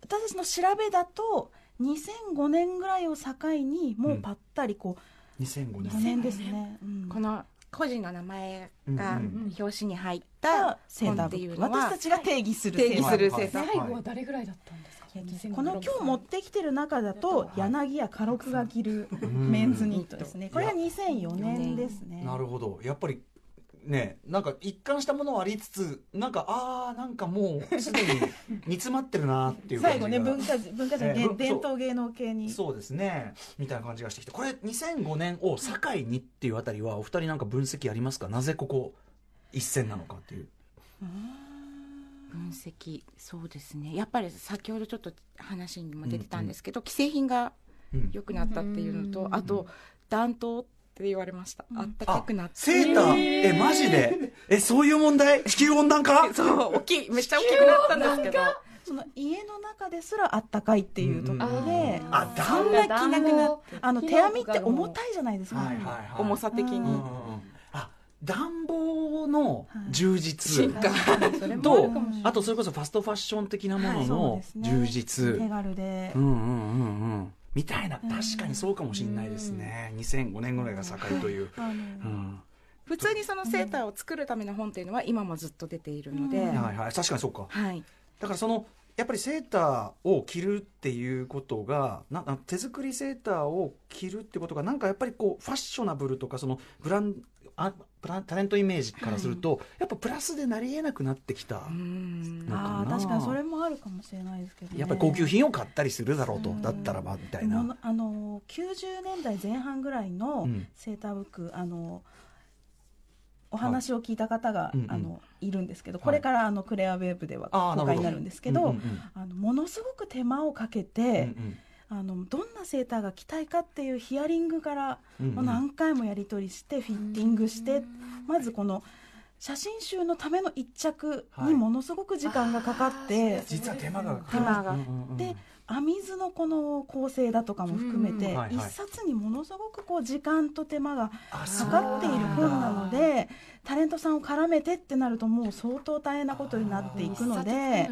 Speaker 4: 私たちの調べだと2005年ぐらいを境にもうぱったりこ
Speaker 2: 2005
Speaker 4: う
Speaker 2: 年
Speaker 4: 5年ですね、うん
Speaker 3: この個人の名前
Speaker 2: う
Speaker 3: が
Speaker 2: んうん
Speaker 3: 表紙に入っ
Speaker 4: が
Speaker 3: た
Speaker 4: セー
Speaker 3: 本
Speaker 4: タ
Speaker 3: っ
Speaker 4: ーブ
Speaker 3: ていう
Speaker 4: ック
Speaker 3: のは
Speaker 4: 私たちが定義する
Speaker 3: 定義する制
Speaker 6: 最
Speaker 3: 作
Speaker 6: 後は誰ぐらいだったんですか、
Speaker 4: この今日持ってきてる中だと柳家家禄が着る
Speaker 2: ん
Speaker 4: メンズニットですねこれが2004年ですね
Speaker 2: なるほどやっぱりねなんか一貫したものはありつつなんかああなんかもうすでに煮詰まってるなっていう感じ
Speaker 4: 最
Speaker 2: が
Speaker 4: 後ね文化人文化人
Speaker 2: ええ
Speaker 4: 芸
Speaker 2: そう
Speaker 4: 伝統芸能系に
Speaker 2: そうですねみたいな感じがしてきてこれ2005年を境にっていうあたりはお二人なんか分析ありますかなぜここ一線なのかっていう
Speaker 3: 分析そうですねやっぱり先ほどちょっと話にも出てたんですけど、既製品が
Speaker 2: うん
Speaker 3: 良くなったっていうのと、あと暖冬って言われました、あったかくなって
Speaker 2: セーターえマジでえそういう問題地球温暖化
Speaker 3: そう大きいめっちゃ大きくなったんですけど
Speaker 4: その家の中ですらあったかいっていうところで、
Speaker 2: あー
Speaker 4: そんな着
Speaker 6: 暖
Speaker 4: なくなっ
Speaker 6: 房
Speaker 4: あの
Speaker 6: 火
Speaker 4: 手
Speaker 6: の
Speaker 4: 編み
Speaker 6: 粉
Speaker 4: って
Speaker 6: がもう
Speaker 4: 重たいじゃないですか、
Speaker 2: はいはいはい
Speaker 3: 重さ的
Speaker 2: うんうんう
Speaker 3: に
Speaker 2: んあ暖房の充実、
Speaker 3: 進化
Speaker 2: と
Speaker 6: と
Speaker 2: あとそれこそファストファッション的なもの
Speaker 4: そう
Speaker 2: の
Speaker 4: ですね
Speaker 2: 充実、
Speaker 4: 手軽で、
Speaker 2: うんうんうんうんみたいな
Speaker 4: うん
Speaker 2: 確かにそうかもしれないですね、2005年ぐらいが境という、
Speaker 4: あ
Speaker 2: う
Speaker 4: の
Speaker 2: ん
Speaker 3: 普通にそのセーターを作るための本っていうのは今もずっと出ているので、
Speaker 4: うん
Speaker 2: はいはい確かにそうか
Speaker 3: はい、
Speaker 2: だからそのやっぱりセーターを着るっていうことがなな手作りセーターを着るってことがなんかやっぱりこうファッショナブルとかそのブランあブランタレントイメージからすると、やっぱプラスでなりえなくなってきた、
Speaker 3: うん
Speaker 2: のか
Speaker 4: あー
Speaker 2: な
Speaker 4: 確かにそれもあるかもしれないですけど、ね、
Speaker 2: やっぱり高級品を買ったりするだろうと、だったらばみたい
Speaker 4: もの
Speaker 2: な。
Speaker 4: あの90年代前半ぐらいの
Speaker 2: うん
Speaker 4: セーターブック、あのお話を聞いた方が、
Speaker 2: うんうん
Speaker 4: あのいるんですけど、これからあのクレアウェーブでは公開になるんですけど
Speaker 2: うんうんうん
Speaker 4: あのものすごく手間をか
Speaker 2: う
Speaker 4: け
Speaker 2: んう
Speaker 4: て、
Speaker 2: ん
Speaker 4: あのどんなセーターが着たいかっていうヒアリングから
Speaker 2: うんうん
Speaker 4: もう何回もやり取りしてフィッティングしてまずこの写真集のための一着にものすごく時間がかかって、
Speaker 2: 実は手間がか
Speaker 4: 手間が
Speaker 2: うんうんうん
Speaker 4: で編み図のこの構成だとかも含め
Speaker 2: う
Speaker 4: て
Speaker 2: んはいはい
Speaker 4: 一冊にものすごくこう時間と手間が
Speaker 2: あ
Speaker 4: かかっている本なのでタレントさんを絡めてってなるともう相当大変なことになっていくので。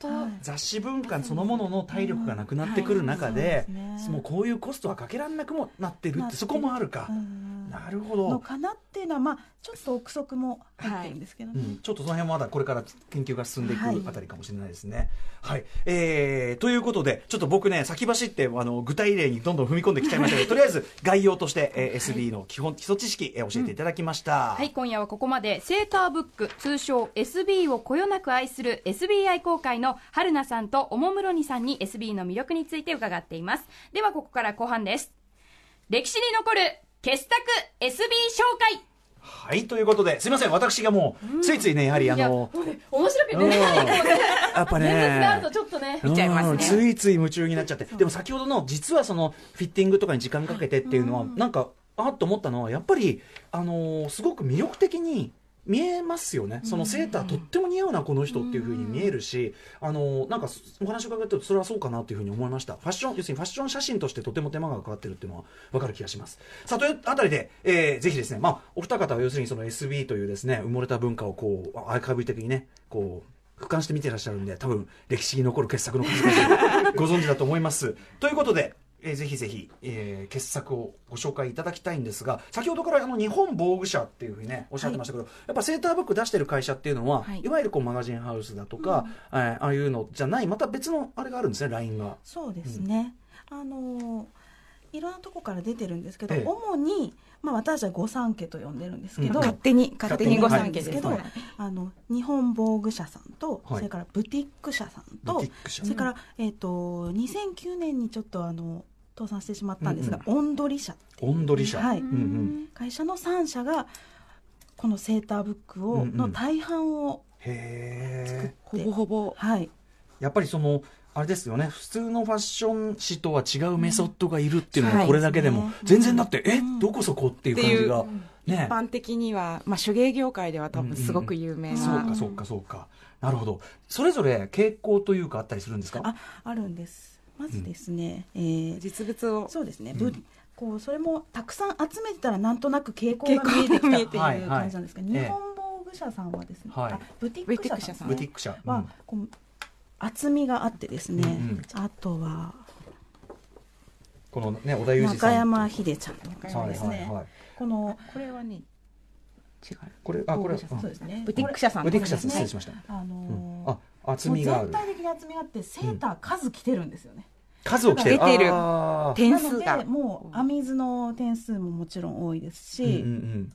Speaker 6: 相
Speaker 4: はい
Speaker 2: 雑誌文化そのものの体力がなくなってくる中で,、
Speaker 4: うんはいそうですね
Speaker 2: もうこういうコストはかけられなくもなってる
Speaker 4: な
Speaker 2: っ
Speaker 4: ってて
Speaker 2: そこもあるか、
Speaker 4: うん
Speaker 2: なるほ
Speaker 4: の
Speaker 2: ど、
Speaker 4: かなっていうのは、まあ、ちょっと憶測も入ってるんですけど
Speaker 2: う
Speaker 4: ね。
Speaker 2: ん、ちょっとその辺はまだこれから研究が進んでいく
Speaker 4: はい
Speaker 2: あたりかもしれないですね。はいえーということでちょっと僕ね先走ってあの具体例にどんどん踏み込んできちゃいましたけどとりあえず概要として、えー SB の基本基礎知識、えー教えていただきました。
Speaker 1: はい、今夜はここまで、セーターブック、通称 SB をこよなく愛する SB 愛好会の春菜さんとおもむろにさんに SB の魅力について伺っています。では、ここから後半です。歴史に残る傑作 SB 紹介
Speaker 2: はい、ということで、すいません、私がもう、ついついね、やはり、あの、
Speaker 6: 面白く
Speaker 2: う
Speaker 6: て
Speaker 2: ん
Speaker 6: ね
Speaker 2: やっぱ
Speaker 6: 念仏がある
Speaker 2: ね
Speaker 6: と、ちょっとね
Speaker 2: うん
Speaker 3: 見ちゃいますね
Speaker 2: ついつい夢中になっちゃって、でも先ほどの、実はその、フィッティングとかに時間かけてっていうのは、なんか、あっと思ったのは、やっぱり、あのーすごく魅力的に、見えますよねそのセーターとっても似合うなこの人っていうふうに見えるし、あのーなんかお話を伺ってるとそれはそうかなというふうに思いましたファッション要するにファッション写真としてとても手間がかかってるっていうのは分かる気がしますさあというあたりで、えーぜひですね、まあ、お二方は要するにその SB というですね埋もれた文化をこうアーカイブ的にねこう俯瞰して見てらっしゃるんで多分歴史に残る傑作の数々ご存知だと思います ということでえーぜひぜひ、えー傑作をご紹介いただきたいんですが先ほどからあの日本防具社っていうふうにねおっしゃってましたけど、やっぱセーターブック出してる会社っていうのは、
Speaker 3: はい
Speaker 2: い、わゆるこうマガジンハウスだとか、えーああいうのじゃないまた別のあれがあるんですねラインが。
Speaker 4: そうですね、あのいろんなとこから出てるんですけど、
Speaker 2: ええ
Speaker 4: 主に、まあ、私たちは御三家と呼んでるんですけど、
Speaker 2: うん
Speaker 3: 勝手に勝
Speaker 2: 勝
Speaker 3: 手
Speaker 2: 手に
Speaker 3: にご
Speaker 2: はい
Speaker 3: 参加ですけど、
Speaker 2: は
Speaker 3: はいい
Speaker 4: あの日本防具社さんと、
Speaker 2: はい
Speaker 4: それからブティック社さんと
Speaker 2: ブティック社
Speaker 4: それから、えー、と2009年にちょっとあの倒産してしまったんですが、オンドリ社っていう
Speaker 2: オンドリ社
Speaker 4: はい
Speaker 2: うんうん
Speaker 4: 会社の3社がこのセーターブックを、
Speaker 2: うんうん
Speaker 4: の大半を作っ
Speaker 2: へえ
Speaker 4: て
Speaker 3: ほぼほぼ
Speaker 4: はい、
Speaker 2: やっぱりそのあれですよね普通のファッション誌とは違うメソッドがいるっていうの
Speaker 3: は
Speaker 2: はいこれだけでも、
Speaker 4: そうですね
Speaker 2: 全然だって、え
Speaker 4: うん
Speaker 2: どこそこっていう感じが、ね
Speaker 3: 一般的には、まあ、手芸業界では多分すごく有名
Speaker 2: そう
Speaker 3: な
Speaker 2: かそうかそうかなるほどそれぞれ傾向というかあったりするんですか
Speaker 4: ああるんですまずですね、えー
Speaker 3: 実物を
Speaker 4: そうですね、ぶこうそれもたくさん集めてたらなんとなく傾向が見えて
Speaker 3: 傾
Speaker 4: きた
Speaker 3: 向が
Speaker 4: っ
Speaker 3: 見え
Speaker 4: て
Speaker 3: て
Speaker 2: る
Speaker 4: いう
Speaker 2: はいはい
Speaker 4: 感じなんですけど、
Speaker 2: ええ
Speaker 4: 日本防具社さんはですね、
Speaker 2: はい
Speaker 4: あブティック社さん
Speaker 2: ブ
Speaker 4: で
Speaker 2: ティ
Speaker 4: すね
Speaker 2: ック社、
Speaker 4: はこう厚みがあってですね、
Speaker 2: うんうん
Speaker 4: あとは
Speaker 2: このね小田裕二さん
Speaker 4: 中山秀ちゃんとか
Speaker 2: はい
Speaker 4: ですね、
Speaker 2: はいはい
Speaker 4: この
Speaker 3: これはね違う
Speaker 2: これあこれ、うん、
Speaker 4: そうですね
Speaker 3: ブティック社さん
Speaker 2: ブティック社
Speaker 4: です
Speaker 2: 失礼しました、
Speaker 4: あ
Speaker 2: うん
Speaker 4: の
Speaker 2: あ厚
Speaker 4: ーもう
Speaker 2: みがあ
Speaker 4: 全
Speaker 2: る
Speaker 4: 体的に厚みがあってセーター数着てるんですよね、
Speaker 2: 数を着てる
Speaker 3: 出てる
Speaker 2: あー
Speaker 3: 点
Speaker 4: な
Speaker 3: 数
Speaker 4: の
Speaker 3: が
Speaker 4: でもう編み図の点数ももちろん多いですし、
Speaker 2: うんうん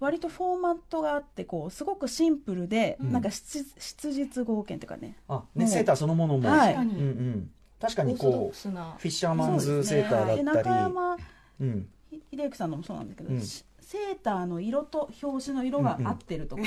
Speaker 4: 割とフォーマットがあってこうすごくシンプルで、
Speaker 2: うん
Speaker 4: なんか質質実合憲というかね
Speaker 2: うんあね
Speaker 4: もう
Speaker 2: セーターそのものも、
Speaker 4: はい
Speaker 2: うんうん、確か
Speaker 6: オ
Speaker 2: に
Speaker 6: ーソド
Speaker 2: こ
Speaker 6: ックスな
Speaker 2: うフィッシャーマンズセータ
Speaker 4: で
Speaker 2: ーだっ
Speaker 4: 中
Speaker 2: たり、
Speaker 4: 山
Speaker 2: うん、
Speaker 4: 秀之さんのもそうなんですけど、
Speaker 2: うん
Speaker 4: しセーターの色と表紙の色が合ってるとか、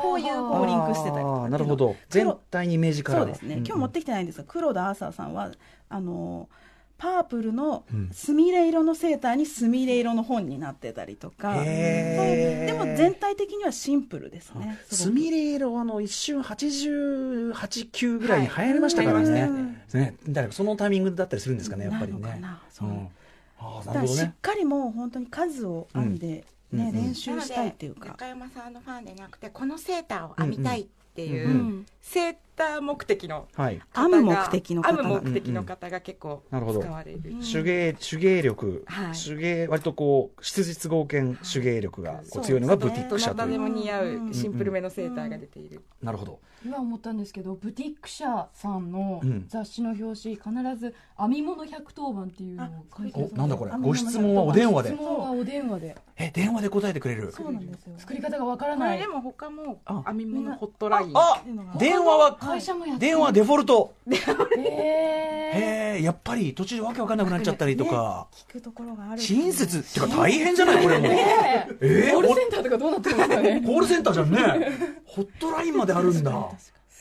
Speaker 4: こういう
Speaker 6: あー
Speaker 4: こうリンクしてたりとか
Speaker 2: あーなるほど全体にイメージカラー
Speaker 4: そう
Speaker 2: が
Speaker 4: ですね、
Speaker 2: んん
Speaker 4: 今日持ってきてないんですが黒田アーサーさんはあのーパープルの
Speaker 2: うん
Speaker 4: すみれ色のセーターにすみれ色の本になってたりとか、そう
Speaker 2: へー
Speaker 4: でも全体的にはシンプルですねす
Speaker 2: ス
Speaker 4: ごく
Speaker 2: ミレ色はあの一瞬88、9ぐらいに流行りましたから
Speaker 4: は
Speaker 2: ね
Speaker 4: い。
Speaker 2: ね、だからそのタイミングだったりするんですかね、やっぱり
Speaker 4: なのか
Speaker 2: ね。
Speaker 4: な
Speaker 2: う、
Speaker 4: そうん
Speaker 2: ああ、
Speaker 4: だ
Speaker 2: な
Speaker 4: か
Speaker 2: る
Speaker 4: ら
Speaker 2: ほど
Speaker 4: しっ
Speaker 2: ね。
Speaker 4: かりもう本当に数を編んで、
Speaker 2: うん
Speaker 4: ね
Speaker 2: うん
Speaker 4: 練習したいっていうか
Speaker 3: 中山さんのファンでなくてこのセーターを編みたいっていう、
Speaker 2: うんうん
Speaker 1: うん
Speaker 3: セーター目的の
Speaker 2: はい。
Speaker 3: 方
Speaker 4: 編む
Speaker 3: が
Speaker 4: 目的の方が
Speaker 3: 編む目的の方が結構
Speaker 2: うん
Speaker 3: 使
Speaker 2: うんなるほど
Speaker 3: われる、
Speaker 2: 手芸、手芸力、
Speaker 3: はい
Speaker 2: 手芸、割とこう、質実剛健手芸力がこう強いのがブティッ
Speaker 3: ど
Speaker 2: ク
Speaker 3: な
Speaker 2: 社と
Speaker 3: た
Speaker 2: い
Speaker 3: で
Speaker 2: う。
Speaker 3: も似合
Speaker 4: う
Speaker 3: うんシンプルめのセーターが出ている、
Speaker 2: なるほど。
Speaker 6: 今思ったんですけどブティック社さんの
Speaker 2: うん
Speaker 6: 雑誌の表紙、必ず「編み物百1番」っていうのを書いて
Speaker 2: お、
Speaker 6: る
Speaker 2: なんだこれ。
Speaker 4: あ
Speaker 2: ご質問はお電話
Speaker 6: 質
Speaker 2: で。
Speaker 6: 問はお電話で
Speaker 2: え、電話で答えてくれる。
Speaker 4: そうなんですよ
Speaker 6: 作り方がわから
Speaker 3: こ
Speaker 6: な
Speaker 3: れ
Speaker 6: い
Speaker 3: でも他も
Speaker 2: あ
Speaker 3: 編み物ホットライン
Speaker 2: あ
Speaker 4: っていうのが
Speaker 2: 電話は、
Speaker 6: 会社もやってる
Speaker 2: 電話デフォルト。
Speaker 6: へー
Speaker 2: へえ、やっぱり途中でわけわかんなくなっちゃったりとか。
Speaker 4: 聞くところがある
Speaker 2: 親切っていうか大変じゃないこれも。
Speaker 6: ねえ
Speaker 2: えー
Speaker 6: コールセンターとかどうなってますかね
Speaker 2: コールセンターじゃんね。ホットラインまであるんだ。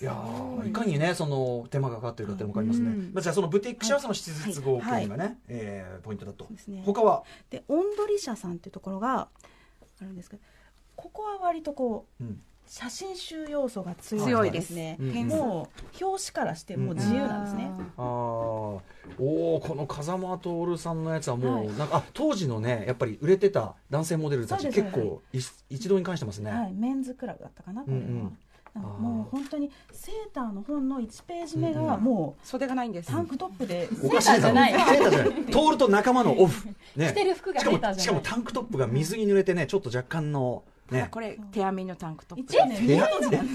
Speaker 2: いやーいかにねその手間がかかってるかっていうのも分かりますね。まあじゃあそのブティック社はその質実合計がね、えーポイントだと
Speaker 4: そうですね。
Speaker 2: 他は、
Speaker 4: でオンドリ社さんっていうところがあるんですけどここは割とこう
Speaker 2: うん
Speaker 4: 写真集要素が強い
Speaker 2: 強い
Speaker 4: で
Speaker 3: です
Speaker 4: ね
Speaker 2: うん
Speaker 4: もう表紙からしてもう自由なんですね、
Speaker 2: あーおおこの風間徹さんのやつはもう、なんかあ当時のねやっぱり売れてた男性モデルたち
Speaker 4: そうです
Speaker 2: 結構い一堂に関してますね。
Speaker 4: はい、メンズクラブだったかなこれは、
Speaker 2: うんうん
Speaker 4: なんか
Speaker 2: あー
Speaker 4: もう本当にセーターの本の1ページ目が
Speaker 2: うん
Speaker 4: も
Speaker 3: 袖がないんで
Speaker 4: う
Speaker 3: す、
Speaker 4: タンクトップで、
Speaker 2: おかしいだろ。
Speaker 6: セータ
Speaker 2: セーターじゃない。徹と仲間のオフ。ね
Speaker 6: 着。てる服が
Speaker 2: し
Speaker 6: セ
Speaker 2: か
Speaker 6: ーター
Speaker 2: もし
Speaker 6: じ
Speaker 2: か
Speaker 6: ゃな
Speaker 2: も
Speaker 6: い
Speaker 2: タンクトップが水に濡れてねちょっと若干の
Speaker 3: ただ
Speaker 2: ね。
Speaker 3: これ手編みのタンクトップ
Speaker 4: 一応ね
Speaker 2: え
Speaker 4: 見事じゃな
Speaker 2: え
Speaker 4: い
Speaker 2: え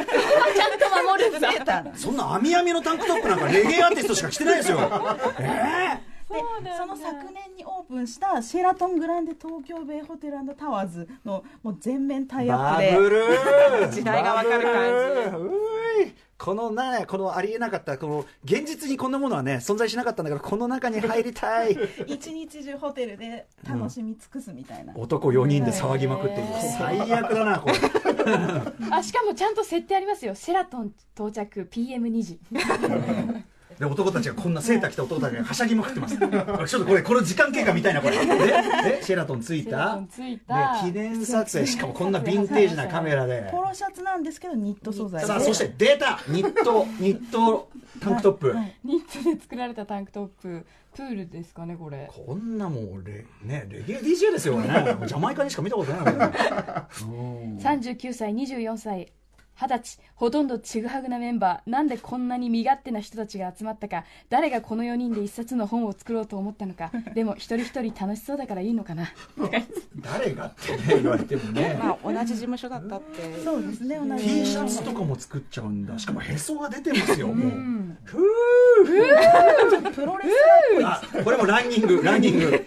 Speaker 2: ー
Speaker 6: ちゃんと守るんだ
Speaker 4: セーターなんです
Speaker 2: そんな網網のタンクトップなんかレゲエアーティストしか着てないですよ。え
Speaker 4: でその昨年にオープンしたシェラトングランデ東京ベイホテルタワーズのもう全面タ
Speaker 2: え
Speaker 4: イアッ
Speaker 2: バ
Speaker 4: プで
Speaker 2: ブル ー
Speaker 3: 時代がわかる感じ
Speaker 2: バブルーういこのね、このありえなかった、この現実にこんなものはね、存在しなかったんだから、この中に入りたい。
Speaker 4: 一日中ホテルで楽しみ尽くすみたいな、
Speaker 2: 男4人で騒ぎまくっている。最悪だな、これ。
Speaker 6: あしかもちゃんと設定ありますよシェラトン到着 PM2 時
Speaker 2: で男たちがこんなセーター着た男たちがはしゃぎまくってます。ちょっとこれ、この時間経過みたいな、これ。 で、でシェラトン着い
Speaker 6: シェラト
Speaker 2: た
Speaker 6: ン。着い
Speaker 2: で
Speaker 6: た
Speaker 2: 記念撮影、しかもこんなヴィンテージなカメラで。
Speaker 4: ポロシャツなんですけどニット素材で
Speaker 2: さあ、そして出たニット、ニットタンクトップ。
Speaker 6: ニットで作られたタンクトッププールですかねこれ
Speaker 2: こんなもんレ,、ね、レゲエ DJ ですよねジャマイカにしか見たことないもん
Speaker 6: 39歳24歳二十歳ほとんどちぐはぐなメンバーなんでこんなに身勝手な人たちが集まったか誰がこの4人で一冊の本を作ろうと思ったのかでも一人一人楽しそうだからいいのかな
Speaker 2: 誰がってね言われてもね
Speaker 3: まあ同じ事務所だった って
Speaker 4: そうですね同じ
Speaker 2: T シャツとかも作っちゃうんだしかもへそが出てますよもうふ
Speaker 4: プロレス
Speaker 2: ーあこれもランニングランニング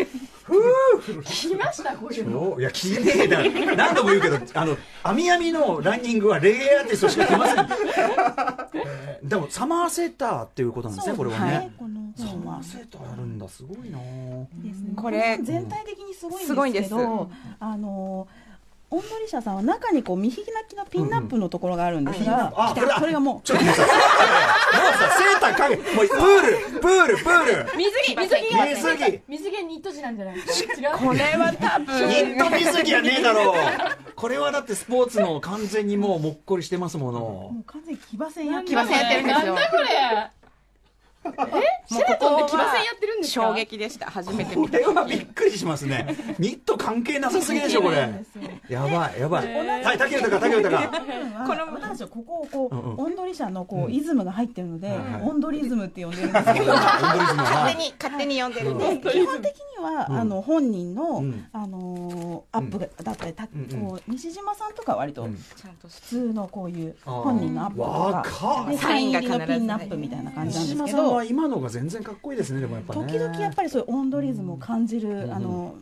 Speaker 6: 来ましたこういうの
Speaker 2: おいや聞いてえな何度も言うけどあのアミアミのランニングはレゲエアーティストしか来ません、えーでもサマーセーターっていうことなんですねこれはね、
Speaker 4: この
Speaker 2: サ
Speaker 4: 本
Speaker 2: マ
Speaker 4: は
Speaker 2: ーセーターやるんだすごいな
Speaker 4: ですね
Speaker 3: これ
Speaker 4: 全体的にすごい
Speaker 3: すごい
Speaker 4: ん
Speaker 3: ん
Speaker 4: で
Speaker 3: ですす
Speaker 4: けどあのオンドリシャさんは中にこう見開きのピンナップのところがあるんですが、
Speaker 2: あこれだ
Speaker 4: それがもう
Speaker 2: ちょっと待ってください。セーターかけ、もうプール、プール、プール。
Speaker 6: 水着水着が
Speaker 2: 水着
Speaker 6: 水着ニット地なんじゃないですか違う
Speaker 3: これは多分
Speaker 2: ニット水着はねえだろう。これはだってスポーツの完全にもうもっこりしてますもの
Speaker 4: も。う完全に騎馬戦や
Speaker 3: 騎馬戦やってるんですよ
Speaker 6: なんだこれえシェラト ンで騎馬戦やってるんですか
Speaker 3: 衝撃でした初めて
Speaker 2: こ
Speaker 3: 見た
Speaker 2: れはびっくりしますね。ニット関係なさすぎでしょ、これ。やばい、やばい。はい、竹豊か、竹豊か。
Speaker 4: この私はここをこう、
Speaker 2: うんうん
Speaker 4: オンドリシャのこうイズムが入ってるので、
Speaker 2: いはい
Speaker 4: オンドリズムって呼んでるんです けど
Speaker 2: オンドリズムは
Speaker 3: 勝手に勝手に呼んでるんです
Speaker 4: で基本的には、
Speaker 2: うん
Speaker 4: あの本人の、
Speaker 2: うん
Speaker 4: あのーアップがだったり、た
Speaker 2: んうん
Speaker 4: こう西島さんとかは割と、
Speaker 2: うん
Speaker 4: 普
Speaker 3: ちゃんとして
Speaker 4: 通のこういう
Speaker 2: あー
Speaker 4: 本人のアップとか
Speaker 2: 若っ
Speaker 4: でサイン入りの
Speaker 3: サインが必ず
Speaker 4: ピンナップみたいな感じなん
Speaker 2: 西
Speaker 4: です
Speaker 2: 島
Speaker 4: け
Speaker 2: さん
Speaker 4: ど
Speaker 2: は。今のが全然かっこいいですね、でもやっぱね。
Speaker 4: 時々やっぱりそういうオンドリズムを感じる、
Speaker 2: ん
Speaker 4: あの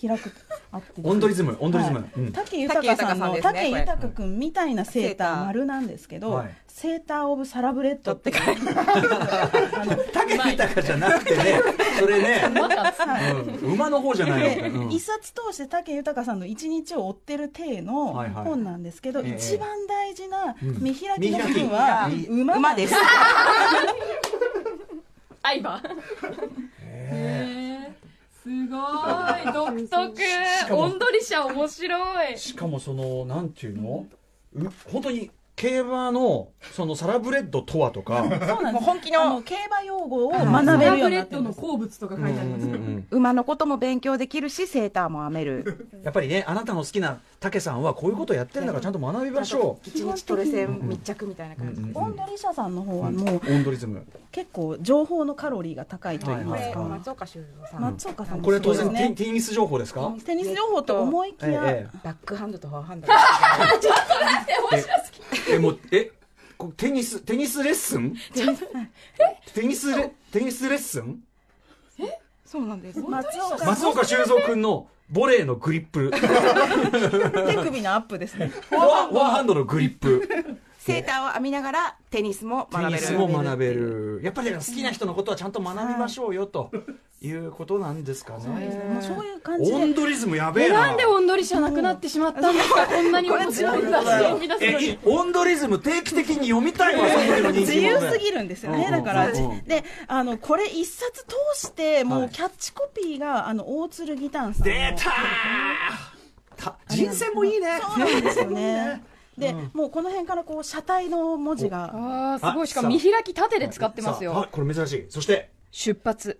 Speaker 4: 開くあってですね
Speaker 2: オンドリズム、オンドリズム
Speaker 4: はい。
Speaker 2: うん
Speaker 4: 武豊さん
Speaker 3: 武豊
Speaker 4: の
Speaker 3: さんです
Speaker 4: 武
Speaker 3: ねこれ
Speaker 4: 豊君みたいなセーター丸なんですけど、
Speaker 2: はい
Speaker 4: セーターオブサラブレッドって書いて
Speaker 2: 竹豊じゃなくてね、それね、うん馬の方じゃない
Speaker 4: で
Speaker 2: の。うん
Speaker 4: 一冊通して武豊さんの一日を追ってる体の
Speaker 2: はいはい
Speaker 4: 本なんですけど、
Speaker 2: ええ
Speaker 4: 一番大事な
Speaker 2: うん
Speaker 4: 見開きの部分は
Speaker 2: 見開き
Speaker 4: 馬
Speaker 3: 馬
Speaker 4: で
Speaker 3: ですす
Speaker 6: 相葉へえすごい独特
Speaker 2: かも
Speaker 6: オンドリシャ面白い
Speaker 2: しかもそのなんていうの、う本当に競馬のそのサラブレッドとはと か、
Speaker 4: そうなんです。
Speaker 3: 本気の
Speaker 4: あの競馬用語を学べるようになってるんです。
Speaker 6: 好物とか書いてあります
Speaker 2: うんうん
Speaker 3: 馬のことも勉強できるしセーターも編める
Speaker 2: うんやっぱりねあなたの好きな武さんはこういうことやってるんだからちゃんと学びましょ
Speaker 3: 一日トレセン密着みたいな
Speaker 2: う。
Speaker 3: 感じ、
Speaker 2: うんうん
Speaker 4: オンドリシャさんの方はもう
Speaker 2: オンドリズム。
Speaker 4: 結構情報のカロリーが高いと言い
Speaker 3: こ
Speaker 4: ます
Speaker 3: れ
Speaker 4: か。
Speaker 3: 松岡修造さん、
Speaker 4: 松岡さんも
Speaker 2: これ当
Speaker 4: そう
Speaker 2: 然
Speaker 4: で
Speaker 2: テ
Speaker 4: す
Speaker 2: ニ
Speaker 4: ね
Speaker 2: テニス情報ですか？
Speaker 4: テニス情報と思いきや、
Speaker 2: え
Speaker 3: バックハンドとフォアハンド
Speaker 2: ええもうえこテニステニスレッスン？テニスレテニスレッスン？
Speaker 3: そうなんです
Speaker 4: 松岡さん
Speaker 2: 松岡修造君のボレーのグリップ、
Speaker 4: 手首のアップですね。
Speaker 2: フォアフォアハンドのグリップ。
Speaker 3: セーターを編みながらテニスも
Speaker 2: テ
Speaker 3: 学べ
Speaker 2: ニ
Speaker 3: る
Speaker 2: スも学べるやっぱり好きな人のことはちゃんと学びましょうよということなんですかね
Speaker 4: もうそういう感じ
Speaker 2: オン
Speaker 4: で。
Speaker 2: ドリズムやべえ
Speaker 6: え
Speaker 2: な
Speaker 6: なんでオンドリシャなくなってしまったんですかこんなに面白い雑誌を生み出すのに
Speaker 2: えオンドリズム定期的に読みたいわその時の人
Speaker 4: 自
Speaker 2: 気者
Speaker 4: 由すぎるんですよ
Speaker 2: うんうんう
Speaker 4: ね。
Speaker 2: ん
Speaker 4: だから、
Speaker 2: うん
Speaker 4: で、あの、これ一冊通して、も
Speaker 2: は
Speaker 4: う
Speaker 2: い
Speaker 4: キャッチコピーが、あの、大鶴ギタンさんの。
Speaker 2: 出たーた人選もいいね
Speaker 4: そうなんですよね。で、もうこの辺からこう、車体の文字が、
Speaker 6: あーすご
Speaker 2: あ
Speaker 6: いしかも見開き縦で使ってます
Speaker 2: さあ
Speaker 6: よ
Speaker 2: あこれ珍しいそして
Speaker 6: 出発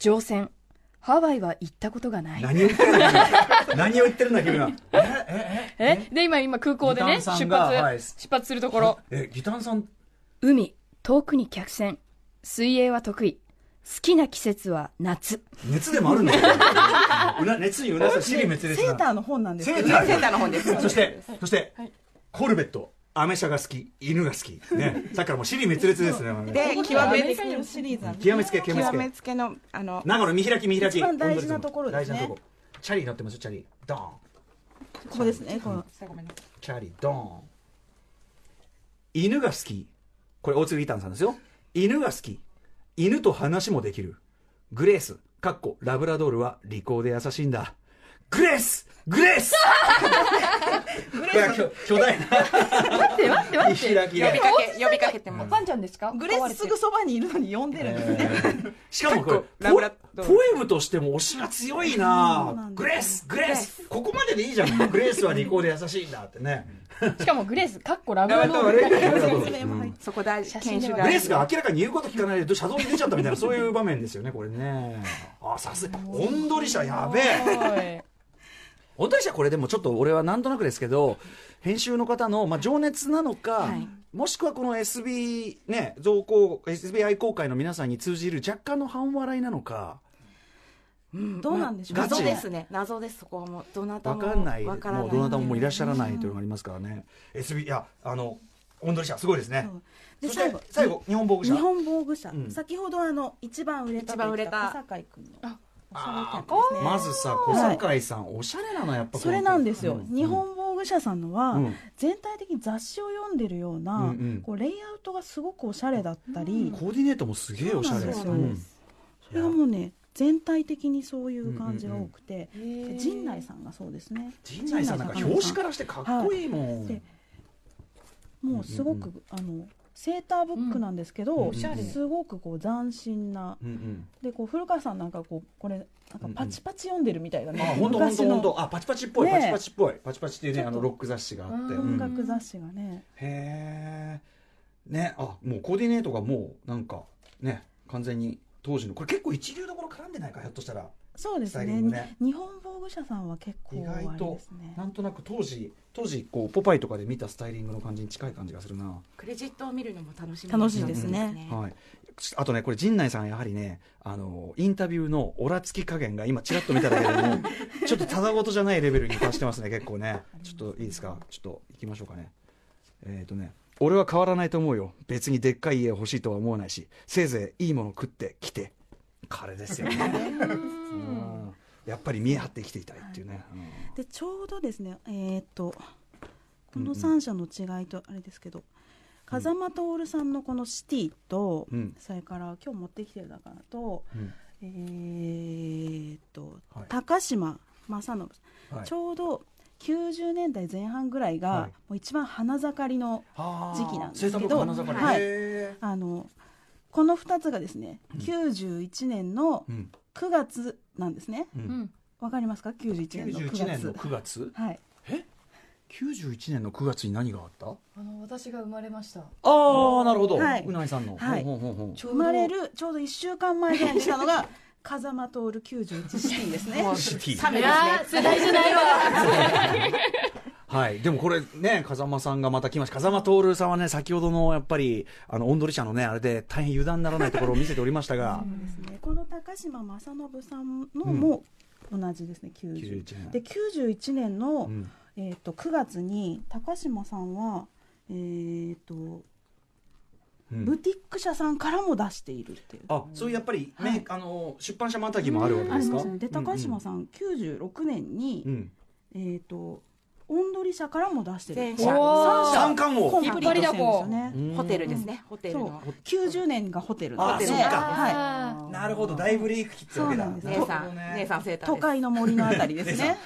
Speaker 6: 乗船ハワイは行ったことがない
Speaker 2: 何を言ってるんだ君何を言ってるんだ君はええ
Speaker 6: えで今今空港でね
Speaker 2: ギターさ
Speaker 6: 出
Speaker 2: ん
Speaker 6: 発、
Speaker 2: がはい
Speaker 6: 出発するところ
Speaker 2: ええギターさん
Speaker 6: 海遠くに客船水泳は得意好きな季節は夏
Speaker 2: 熱でもあるんだよ うな熱にうなさ尻滅
Speaker 4: セ
Speaker 2: 裂
Speaker 4: ー
Speaker 2: な
Speaker 4: ターの本なんです
Speaker 2: セ
Speaker 4: けど、
Speaker 2: ーター
Speaker 3: セーターの本です
Speaker 2: そして、そして、コルベット、アメ車が好き、犬が好き。ね、さっきからもう尻滅裂ですね。
Speaker 3: で
Speaker 4: ここ
Speaker 3: 極
Speaker 4: アメ
Speaker 3: め
Speaker 4: リカにもシリーズなんです
Speaker 2: 極めつけ、極めつ
Speaker 3: 極
Speaker 2: け
Speaker 3: め。つけのあの
Speaker 2: 長野見開き見開き。
Speaker 4: 一番大事なところですね
Speaker 2: 大事なとこチャリ乗ってますよ、チャリ。ドーン。
Speaker 4: ここですね、この。
Speaker 2: チャリ、ドーン。犬が好き。これ、大鶴イタンさんですよ。犬が好き。犬と話もできる。グレース、かっこ、ラブラドールは利口で優しいんだ。グレースグレースこれは巨巨大な
Speaker 6: 待って待って
Speaker 2: 見
Speaker 6: 待って
Speaker 2: 開き
Speaker 3: 呼び
Speaker 2: で。
Speaker 3: かけ呼びかけても
Speaker 6: パンちゃんですか
Speaker 4: グレースすぐそばにいるのに呼んでるんですね。
Speaker 2: しかもこれ
Speaker 3: ラブラ
Speaker 2: ポポエムとしても推しが強いなグレースグレースここまででいいじゃんグレースは利口で優しいんだってね
Speaker 6: しかもグレースかっこラブ
Speaker 2: や
Speaker 6: ラ
Speaker 2: めた
Speaker 6: ドー
Speaker 2: 悪い
Speaker 6: ル
Speaker 2: やめた
Speaker 4: 説明も入って
Speaker 3: そこ大事
Speaker 6: 写真
Speaker 3: 研
Speaker 6: で
Speaker 3: 修
Speaker 6: は
Speaker 2: グ
Speaker 3: が
Speaker 2: レースが明らかに言うこと聞かないで車道に出ちゃったみたいなそういう場面ですよねこれねあさすがオンドリシャやべえ
Speaker 6: はい
Speaker 2: 本当にしたらこれでもちょっと俺はなんとなくですけど編集の方の、まあ、情熱なのか、
Speaker 3: はい
Speaker 2: もしくはこの SB、ね、増公 SB 愛好会の皆さんに通じる若干の半笑いなのか
Speaker 4: どうなんでしょう
Speaker 2: ガ
Speaker 4: ね
Speaker 2: チ
Speaker 3: 謎ですね謎ですそこはもうどなた
Speaker 2: わ
Speaker 3: も
Speaker 2: かんない
Speaker 3: わからない
Speaker 2: もうどなたももういらっしゃらないというのがありますからね、SB いやあの温度リシャすごいですね
Speaker 4: そう
Speaker 2: そ
Speaker 4: で
Speaker 2: して最
Speaker 4: 最
Speaker 2: 後
Speaker 4: 後
Speaker 2: 日本防具
Speaker 4: 日
Speaker 2: 者
Speaker 4: 本防具社、
Speaker 2: うん
Speaker 4: 先ほどあの一番売れた
Speaker 3: 一番売れた
Speaker 4: 小堺君のおしゃれ
Speaker 2: あ
Speaker 4: 店です
Speaker 2: ー
Speaker 4: ね
Speaker 2: まずさ小坂井さん、おしゃれなのやっぱ
Speaker 4: それなんですよ、
Speaker 2: うん
Speaker 4: 日本防具社さんのは、
Speaker 2: うん
Speaker 4: 全体的に雑誌を読んでるような、
Speaker 2: うんうん
Speaker 4: こうレイアウトがすごくおしゃれだったり、
Speaker 2: コーディネートもすげえおしゃれ
Speaker 4: そうなんですよ
Speaker 2: うん
Speaker 4: それがもうね全体的にそういう感じが多くて、で陣内さんがそうですね
Speaker 2: 陣内さんなんか
Speaker 4: 陣
Speaker 2: 表紙
Speaker 4: 内さん
Speaker 2: からしてかっこいいもん、
Speaker 4: でもうすごく、あのセーターブックなんですけど、
Speaker 2: んおしゃれ
Speaker 4: すごくこう斬新な
Speaker 2: うんうん
Speaker 4: でこう古川さんなんかこうこれなんかパチパチ読んでるみたいな
Speaker 2: あ
Speaker 4: ね、
Speaker 2: 本当本当
Speaker 4: 昔
Speaker 2: 本
Speaker 4: の
Speaker 2: 当あパチパチっぽい、
Speaker 4: ね
Speaker 2: パチパチっぽいパチパチっていうね
Speaker 4: ちょ
Speaker 2: あ
Speaker 4: っと
Speaker 2: のロック雑誌があって、
Speaker 6: うん
Speaker 2: う
Speaker 4: 音
Speaker 2: ん
Speaker 4: 楽雑誌がね、
Speaker 2: へえねあもうコーディネートがもうなんかね完全に当時のこれ結構一流どころ絡んでないかひょっとしたら
Speaker 4: そうで
Speaker 2: ス
Speaker 4: す
Speaker 2: タイリ
Speaker 4: ね
Speaker 2: ングね
Speaker 4: に日本防具社さんは結構
Speaker 2: 意
Speaker 4: あれ
Speaker 2: 外と
Speaker 4: ですね
Speaker 2: なんとなく当時当時こうポパイとかで見たスタイリングの感じに近い感じがするな、
Speaker 3: クレジットを見るのも楽しみ
Speaker 4: 楽しいですね
Speaker 2: はい、あとねこれ陣内さんやはりねあのインタビューのオラつき加減が今ちらっと見ただけでも ちょっとただごとじゃないレベルに達してますね結構ねちょっといいですかちょっと行きましょうかねえっ、とね俺は変わらないと思うよ別にでっかい家欲しいとは思わないしせいぜいいいもの食ってきて彼ですよねうんやっぱり見え張って生きていたいっていうね、うん
Speaker 4: でちょうどですねえーっとこ
Speaker 2: うんうん
Speaker 4: の3社の違いとあれですけど、風間徹さんのこの「シティと」
Speaker 2: うん
Speaker 4: それから今日持ってきてるだからと、
Speaker 2: うん
Speaker 4: えーっと、
Speaker 2: はい
Speaker 4: 高島正信、
Speaker 2: はい
Speaker 4: ちょうど90年代前半ぐらいが、
Speaker 2: はい
Speaker 4: もう一番花盛りの
Speaker 2: あー
Speaker 4: 時期なんですけど
Speaker 2: 生産部花盛り
Speaker 4: はい
Speaker 2: へー
Speaker 4: あのこの2つがですね、91年の
Speaker 2: うん
Speaker 4: 9月なんですね。
Speaker 2: うん
Speaker 6: うん
Speaker 4: わかりますか91年の
Speaker 2: 91
Speaker 4: 9
Speaker 2: 年
Speaker 4: 月
Speaker 2: の。9月
Speaker 4: はい、
Speaker 2: 91年の9月に何があった
Speaker 6: あの私が生まれました
Speaker 2: ああなるほど、
Speaker 4: はいう
Speaker 2: ないさんの、
Speaker 4: はい
Speaker 2: ほうほうほうほう
Speaker 4: 生まれるちょうど1週間前ぐらいにした のが風間徹91シティですね。
Speaker 2: シティ
Speaker 4: サメです
Speaker 6: 世
Speaker 4: ね。
Speaker 6: 代じゃないわ
Speaker 2: はい、でもこれね、風間さんがまた来ました、風間徹さんはね、先ほどのやっぱり、あのオンドリ社のね、あれで大変油断ならないところを見せておりました が、
Speaker 4: ねこの高島正信さんのも同じですね、90
Speaker 2: 91
Speaker 4: で
Speaker 2: 年、
Speaker 4: 91年の、
Speaker 2: うん
Speaker 4: えー、と9月に高島さんは、えーと
Speaker 2: うん
Speaker 4: ブティック社さんからも出しているっていう。
Speaker 2: あそういうやっぱり、ね
Speaker 4: はい
Speaker 2: あの出版社またぎもあるわけ
Speaker 4: あ
Speaker 2: で
Speaker 4: り
Speaker 2: すか。
Speaker 4: ますねで高島さん96年に、
Speaker 2: うんうん
Speaker 4: えっ、とオンドリ社からも出してる
Speaker 3: 全
Speaker 6: 社おー
Speaker 2: 三冠王
Speaker 4: コンプリートしてるんですよね
Speaker 2: うん
Speaker 3: ホテルですね、ホテル
Speaker 4: そ
Speaker 3: の
Speaker 4: う90年がホテルなんで
Speaker 2: あそっか
Speaker 4: はい、
Speaker 6: あ
Speaker 2: なるほど、大ブレイク切ってわけだ。
Speaker 4: そうなんです
Speaker 2: なる
Speaker 3: 姉
Speaker 2: ほど
Speaker 3: さん、姉さんセーター
Speaker 4: 都
Speaker 3: です
Speaker 4: 会の森のあたりです ね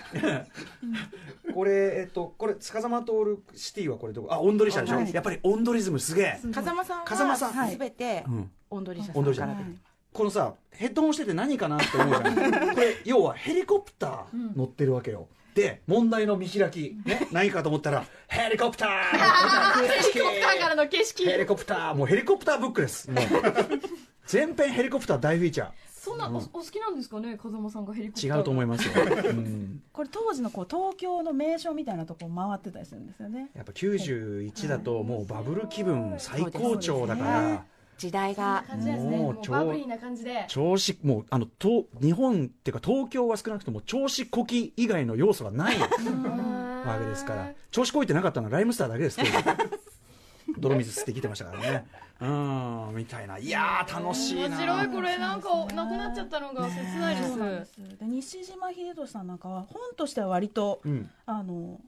Speaker 2: これ、えっと、これ、風間徹シティはこれどこ、あ、オンドリ社でしょ、
Speaker 4: はい
Speaker 2: やっぱりオンドリズムすげえ。
Speaker 3: 風間さんは
Speaker 2: 風間さん
Speaker 3: はいすべて
Speaker 2: うん
Speaker 3: オンドリシャ
Speaker 2: オンドリシ
Speaker 3: さ
Speaker 2: ャ
Speaker 3: んか
Speaker 4: は
Speaker 3: ら
Speaker 4: い
Speaker 3: で
Speaker 2: このさヘッドホンしてて何かなって思うじゃ んこれ要はヘリコプター乗ってるわけよ、で問題の見開き、 ね、何かと思ったらヘリコプターヘリコプターからの景色ヘリコプターもうヘリコプターブックです もう全編ヘリコプター大フィーチャ
Speaker 6: そんなおお好きなんですかね風間さんがヘリコプター
Speaker 2: ー違うと思い
Speaker 6: ま
Speaker 2: ますよ、うん
Speaker 4: これ当時のこう東京の名所みたいなとこ回ってたりするんですよね
Speaker 2: やっぱ91だともうバブル気分最高潮だから、
Speaker 3: 時代が
Speaker 6: 感じですね
Speaker 2: も
Speaker 6: も
Speaker 2: う
Speaker 6: う
Speaker 2: 超
Speaker 6: バブリーな感じで
Speaker 2: 調子もうあのと日本っていうか東京は少なくとも調子こき以外の要素が ないわ
Speaker 6: わ
Speaker 2: けですから調子こいてなかったのはライムスターだけです当時 泥水吸ってきてましたからねうーんみたいないやー楽しいな
Speaker 6: 面白いこれなんかなくなっちゃったのが切ないです、
Speaker 4: そうなんですで西島秀俊さんなんかは本としては割と
Speaker 2: うん
Speaker 4: あの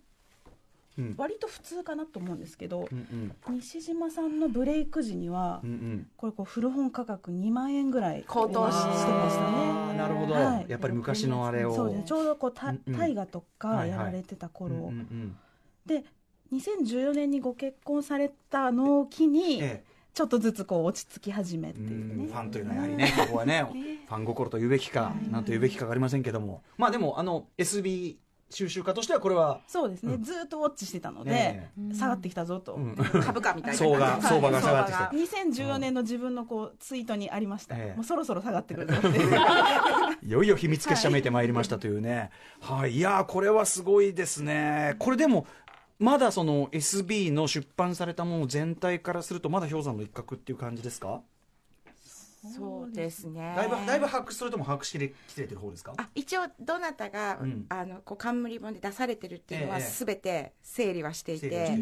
Speaker 2: うん
Speaker 4: 割と普通かなと思うんですけど
Speaker 2: う、ん
Speaker 4: 西島さんのブレイク時には、
Speaker 2: うんうん
Speaker 4: これこう古本価格2万円ぐらい
Speaker 3: 高騰し
Speaker 4: してました
Speaker 2: あ
Speaker 4: ね
Speaker 2: ーなるほど、
Speaker 4: はい
Speaker 2: やっぱり昔のあれを
Speaker 4: そうですねちょうどこう
Speaker 2: う
Speaker 4: た
Speaker 2: んうん
Speaker 4: 大河と
Speaker 2: はいは
Speaker 4: か
Speaker 2: い
Speaker 4: やられてた頃、
Speaker 2: うんうんうん
Speaker 4: で2014年にご結婚されたのを機に、
Speaker 2: え
Speaker 4: ちょっとずつこう落ち着き始め
Speaker 2: え
Speaker 4: って
Speaker 2: う
Speaker 4: いうね
Speaker 2: んファンというのはやはりね、ここはね、ファン心と言うべきか、なんと言うべきか分かりませんけども、まあでも、あの SB 収集家としては、これは、
Speaker 4: そうですね、
Speaker 2: うん
Speaker 4: ずーっとウォッチしてたので、
Speaker 2: ね
Speaker 4: 下がってきたぞと、
Speaker 2: うん
Speaker 3: 株価みたいな
Speaker 2: 相場相場が下がってきた
Speaker 4: 2014年の自分のこうツイートにありました、
Speaker 2: ええ
Speaker 4: もうそろそろ下がってくるぞ って
Speaker 2: いよいよ秘密結社めいてまいりましたというね、はいい、やー、これはすごいですね、これでも、まだその SB の出版されたもの全体からすると、まだ氷山の一角っていう感じですか、
Speaker 3: そうですね
Speaker 2: だいぶだいぶ把握、それとも把握しきれきれてる方ですか、
Speaker 3: あ一応どなたが、
Speaker 2: うん
Speaker 3: あのこう冠本で出されてるっていうの
Speaker 2: え
Speaker 3: は
Speaker 2: えええ
Speaker 3: 全て整理はしてい
Speaker 2: 整理はして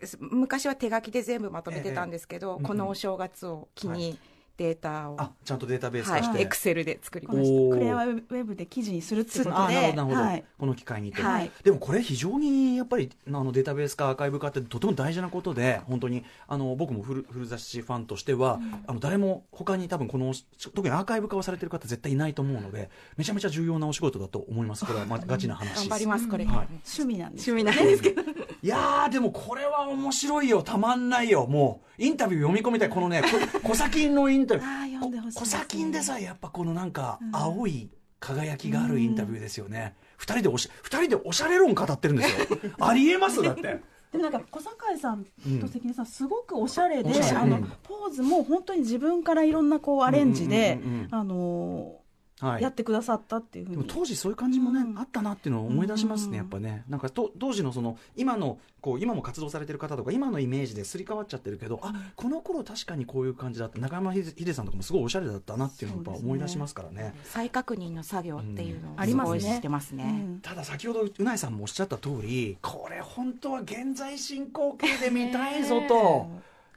Speaker 2: て、
Speaker 3: す昔は手書きで全部まとめてたんですけど、
Speaker 2: ええ
Speaker 3: このお正月を機にデータを、
Speaker 2: あちゃんとデータベース化して、
Speaker 3: はいエクセルで作りま
Speaker 4: こ
Speaker 3: した
Speaker 4: の
Speaker 2: おー
Speaker 4: 人クレアウェブで記事にするってことで
Speaker 2: あなるほどなるほど、
Speaker 4: はい、
Speaker 2: この機会にと、
Speaker 4: はい
Speaker 2: でもこれ非常にやっぱりあのデータベース化アーカイブ化ってとても大事なことで本当にあの僕も古古雑誌ファンとしては、あの誰も他に多分この特にアーカイブ化をされてる方絶対いないと思うのでめちゃめちゃ重要なお仕事だと思いますこれは、ま、ガチな話です
Speaker 3: 頑張りますこれから、
Speaker 2: はい
Speaker 4: 趣味なんです
Speaker 3: 趣味なんですけど
Speaker 2: いやーでもこれは面白いよたまんないよもうインタビュー読み込みたいこのねこ小先のインタビュ
Speaker 4: あー
Speaker 2: ー
Speaker 4: 読んでほしい
Speaker 2: こ小先でさえやっぱこのなんか青い輝きがあるインタビューですよね、二人でおし二人でおしゃれ論語ってるんですよありえますだって
Speaker 4: でもなんか小堺さんと関根さん、すごくおしゃれで
Speaker 2: おしゃれ
Speaker 4: あのポーズも本当に自分からいろんなこうアレンジで
Speaker 2: うんうんうんうん
Speaker 4: あのー
Speaker 2: はい
Speaker 4: やってくださったっていうふう
Speaker 2: でも
Speaker 4: に
Speaker 2: 当時そういう感じもね、
Speaker 4: うん
Speaker 2: あったなっていうのを思い出しますね、
Speaker 4: うん
Speaker 2: やっぱねなんかと当時のその今のこう今も活動されてる方とか今のイメージですり替わっちゃってるけど、あこの頃確かにこういう感じだった中山秀秀さんとかもすごいおしゃれだったなっていうのをやっぱ思い出しますからね
Speaker 3: 再確認の作業っていうの
Speaker 2: う
Speaker 3: を
Speaker 2: ん
Speaker 4: ありますね
Speaker 3: すごいしてますね、
Speaker 4: うん
Speaker 2: ただ先ほどうないさんもおっしゃった通りこれ本当は現在進行形で見たいぞと。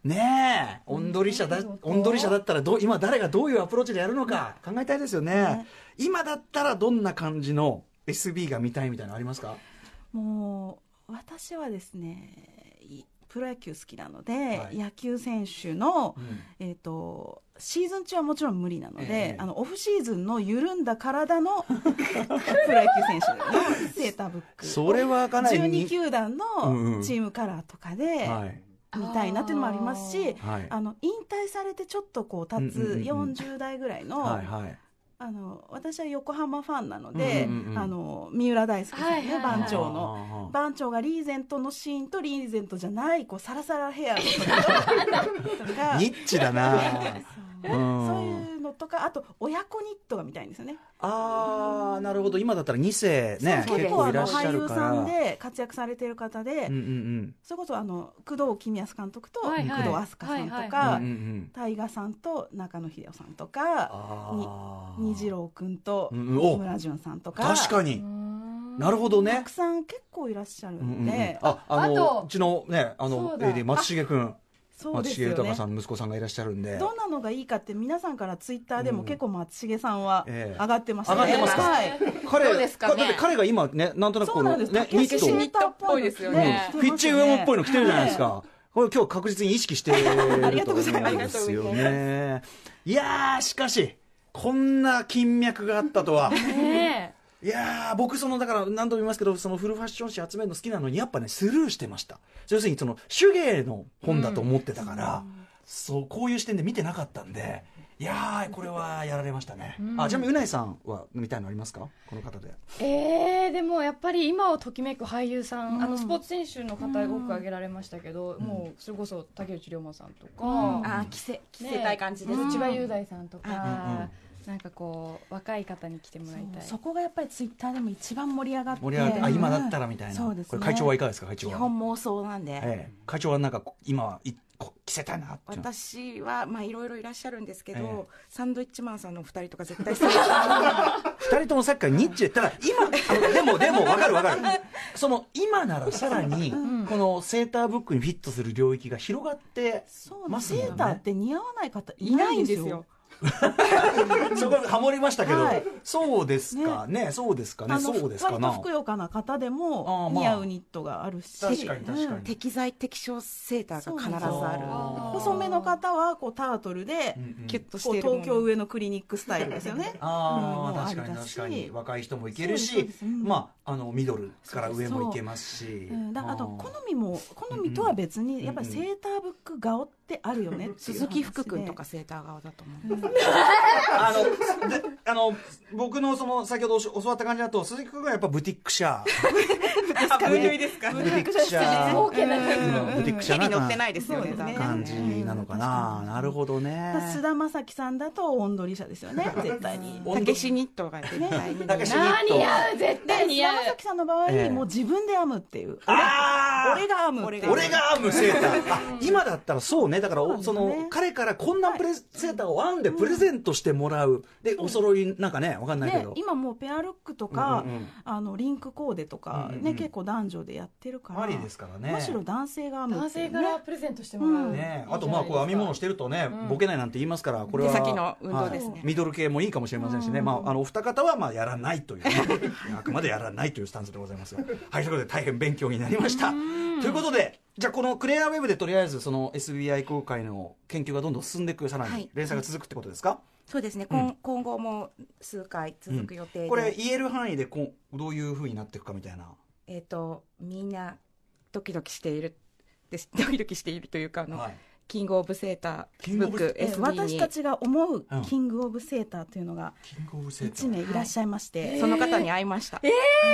Speaker 2: ねえ、オンドリ社だ、オンドリ社だったらどう、今誰がどういうアプローチでやるのか考えたいですよね。今だったらどんな感じの SB が見たいみたいなのありますか
Speaker 4: もう私はですねいプロ野球好きなので、
Speaker 2: はい
Speaker 4: 野球選手の、
Speaker 2: ん
Speaker 4: えー、とシーズン中はもちろん無理なので、
Speaker 2: ええ
Speaker 4: あのオフシーズンの緩んだ体の プロ野球選手のセーターブック
Speaker 2: それはかなりに
Speaker 4: 12球団
Speaker 2: うんうん
Speaker 4: のチームカラーとかで、
Speaker 2: はい
Speaker 4: みたいなっていうのもありますし
Speaker 2: はい
Speaker 4: あの引退されてちょっとこう
Speaker 2: うんうん
Speaker 4: 立つ
Speaker 2: うんうん
Speaker 4: 40代ぐらいの、
Speaker 2: はいはい
Speaker 4: あの私は横浜ファンなので、
Speaker 2: うんうんうん
Speaker 4: あの三浦大輔さんね、
Speaker 6: はいはいはい
Speaker 4: 番長の。
Speaker 2: の
Speaker 4: 番長がリーゼントのシーンとリーゼントじゃないこうサラサラヘアの時ととか
Speaker 2: ニッチだ な
Speaker 4: そ う
Speaker 2: うん
Speaker 4: そういうのとかあと親子ニットがみたいんですよね
Speaker 2: あーなるほど今だったら2世ね
Speaker 4: そう
Speaker 2: 結
Speaker 4: 結構
Speaker 2: 構
Speaker 4: あ
Speaker 2: いら
Speaker 4: の
Speaker 2: っしゃ
Speaker 4: 俳
Speaker 2: る
Speaker 4: 優
Speaker 2: から
Speaker 4: さんで活躍されてる方で、
Speaker 2: うんうん
Speaker 4: それこそあの工藤公康監督と工
Speaker 6: はい
Speaker 4: 藤
Speaker 6: はい
Speaker 4: 飛鳥さんと
Speaker 2: うん
Speaker 4: か
Speaker 2: うんうんうん
Speaker 4: 大河さんと中野秀夫さんとか
Speaker 2: あー
Speaker 4: 虹郎君と
Speaker 2: うんうんお
Speaker 4: 木村淳さんとか
Speaker 2: 確かになるほど
Speaker 4: た
Speaker 2: ね
Speaker 4: くさん結構いらっしゃる
Speaker 2: うんうん
Speaker 4: ん
Speaker 2: うん
Speaker 4: で
Speaker 2: ああ
Speaker 6: あ
Speaker 2: の
Speaker 6: と
Speaker 2: うちのねあ
Speaker 6: そ
Speaker 2: の
Speaker 6: うだ
Speaker 2: AD 松重君
Speaker 4: そう
Speaker 2: 松
Speaker 4: です
Speaker 2: 重
Speaker 4: よ
Speaker 2: 豊
Speaker 4: ね
Speaker 2: さんの息子さんがいらっしゃるんで
Speaker 4: どんなのがいいかって皆さんからツイッターで
Speaker 2: う
Speaker 4: も
Speaker 2: ん
Speaker 4: 結構松重さんは
Speaker 2: え
Speaker 4: 上
Speaker 2: え
Speaker 4: がってましたね
Speaker 2: 上がってますか
Speaker 4: はい
Speaker 2: 彼
Speaker 7: どうですかね
Speaker 2: だって彼が今ねなんとなく
Speaker 4: そ
Speaker 2: こ
Speaker 4: うな
Speaker 2: の
Speaker 4: んです
Speaker 2: ねニットを
Speaker 7: ニットっぽいですよね
Speaker 2: うんフィッチウエモっぽいの着てるじゃないです
Speaker 4: は
Speaker 2: か。これ今日確実に意識してると思うん
Speaker 4: ありがとうございます
Speaker 2: ですよね。いやー、しかし、こんな金脈があったとは。
Speaker 6: ね
Speaker 2: いやー僕そのだから何度も言いますけどそのフルファッション誌集めるの好きなのにやっぱねスルーしてました要するにその手芸の本だと思ってたから、そうこういう視点で見てなかったんでいやーこれはやられましたね、あちなみにうないさんはみたいのありますかこの方で
Speaker 1: えー、でもやっぱり今をときめく俳優さん、あのスポーツ選手の方多く挙げられましたけど、もうそれこそ竹内涼真さんとか、
Speaker 7: あー着せ着せたい感じです、
Speaker 6: 千葉雄大さんとか、
Speaker 2: う
Speaker 6: なんかこう若い方に来てもらいたい
Speaker 4: そこがやっぱりツイッターでも一番盛り上がって
Speaker 2: 盛り上がって、あ今だったらみたいな、
Speaker 4: そうですね
Speaker 2: これ会長はいかがですか会長
Speaker 3: 基
Speaker 2: は
Speaker 3: 本妄想なんで、
Speaker 2: ええ、会長はなんかこ今はいこ着せたいなっていうの
Speaker 3: 私はまあいろいろいらっしゃるんですけど、
Speaker 2: ええ
Speaker 3: サンドイッチマンさんのお二人とか絶対好き だ
Speaker 2: 二人ともさっきからニッチでただ今あのでもでも分かる分かるその今ならさらにこのセーターブックにフィットする領域が広がって
Speaker 4: そう
Speaker 2: ま
Speaker 4: ね
Speaker 2: す
Speaker 4: セ
Speaker 2: もんね
Speaker 4: ーターって似合わない方い
Speaker 3: いな
Speaker 4: ない
Speaker 3: いん
Speaker 4: ん
Speaker 3: で
Speaker 4: ですす
Speaker 3: よ
Speaker 4: よ。
Speaker 2: そこはハモりましたけど、
Speaker 4: はい
Speaker 2: そうですかねそうですか
Speaker 4: あ
Speaker 2: ね
Speaker 4: の
Speaker 2: そう
Speaker 4: ふっ
Speaker 2: ですか
Speaker 4: かりと
Speaker 2: な
Speaker 4: ふくよかな方で
Speaker 2: あー
Speaker 4: も
Speaker 2: まあ
Speaker 4: 似合うニットがあるし
Speaker 2: 確かに確か
Speaker 4: うん
Speaker 2: に、
Speaker 3: 適材適所セーターが必ずある
Speaker 2: あー
Speaker 4: 細めの方はこうタートルで
Speaker 2: うんうん
Speaker 3: キュッとし
Speaker 4: こう
Speaker 3: てるもの
Speaker 4: 東京上のクリニックスタイルですよね
Speaker 2: あ
Speaker 4: うん
Speaker 2: あ
Speaker 4: もう
Speaker 2: 確かに
Speaker 4: ありだ
Speaker 2: 確
Speaker 4: し
Speaker 2: かに若い人もいける
Speaker 4: そう
Speaker 2: し
Speaker 4: ですそうですうん
Speaker 2: まああのミドルから上もいけますし
Speaker 4: うんだからあと
Speaker 2: ー
Speaker 4: 好みも好みとは別
Speaker 2: ん
Speaker 4: にやっぱりセーターブック顔ってある よねっていう話で
Speaker 3: 鈴木福君とかセーター顔だと思う
Speaker 2: あの、であの、僕のその、先ほど教教わった感じだと、鈴木君がやっぱブティックシャー。ブティックですかブティックシャー。
Speaker 6: 儲けな
Speaker 2: うんブティックシャー
Speaker 3: 手
Speaker 2: な
Speaker 3: に乗ってないいですよね
Speaker 4: そうですね
Speaker 2: 感じなのかな。なるほどね。
Speaker 4: 菅田将暉さんだとオンドリ社です よね絶対に
Speaker 2: 温度
Speaker 3: 竹志ニットが絶対に
Speaker 2: たけしニッ
Speaker 6: あ
Speaker 2: ト
Speaker 6: 似合う絶対
Speaker 4: 菅
Speaker 6: 似合う
Speaker 4: 田将暉さんの場合
Speaker 2: ええ
Speaker 4: もう自分で編むっていう
Speaker 2: あ
Speaker 4: 俺が編むっていう
Speaker 2: ー俺が編むセーター。あ今だったらそうね。だから、おそ
Speaker 4: そうなんですね
Speaker 2: の、彼からこんなプレセーターを編んでプレゼントしてもらう。で、お揃い、なんかね、わかんないけ
Speaker 4: ね
Speaker 2: ど。
Speaker 4: 今もうペアルックとか
Speaker 2: うんうんうん
Speaker 4: あのリンクコーデとか
Speaker 2: うんうんうん
Speaker 4: ね結構男女でやってるから
Speaker 2: ありですからね。
Speaker 4: むしろ男性が編む
Speaker 6: 男
Speaker 4: ってい
Speaker 6: 性
Speaker 4: う
Speaker 6: か
Speaker 4: ね
Speaker 6: らプレゼントしてもらう、
Speaker 2: ね、あとまあこう編み物してるとね、ボケないなんて言いますからこれは
Speaker 3: 手先の運動ですね
Speaker 2: はいミドル系もいいかもしれませんしね、まあ、あのお二方はまあやらないという あくまでやらないというスタンスでございますがはいということで大変勉強になりましたということでじゃあこのクレアウェブでとりあえずその SBI 公開の研究がどんどん進んでいくさら
Speaker 3: は
Speaker 2: に
Speaker 3: い
Speaker 2: 連載が続くってことですか、
Speaker 3: そうですね、今今後も数回続く予定で、
Speaker 2: これ言える範囲でこうどういうふうになっていくかみたいな
Speaker 3: えっ、とみんなドキドキしているです ドキドキしているというかあの、
Speaker 2: はい
Speaker 3: キングオブセータ
Speaker 2: キ
Speaker 3: ー
Speaker 2: ン
Speaker 3: ブ
Speaker 2: グオブ
Speaker 3: ッ
Speaker 2: セー
Speaker 3: ク
Speaker 2: タ
Speaker 4: え
Speaker 3: SB
Speaker 4: 私た
Speaker 3: に
Speaker 4: ちが思ううんキング・オブ・セーターというのが
Speaker 2: キングオブセータ
Speaker 4: 1
Speaker 2: ー
Speaker 4: 名いらっしゃいまして、
Speaker 3: その方に会いました、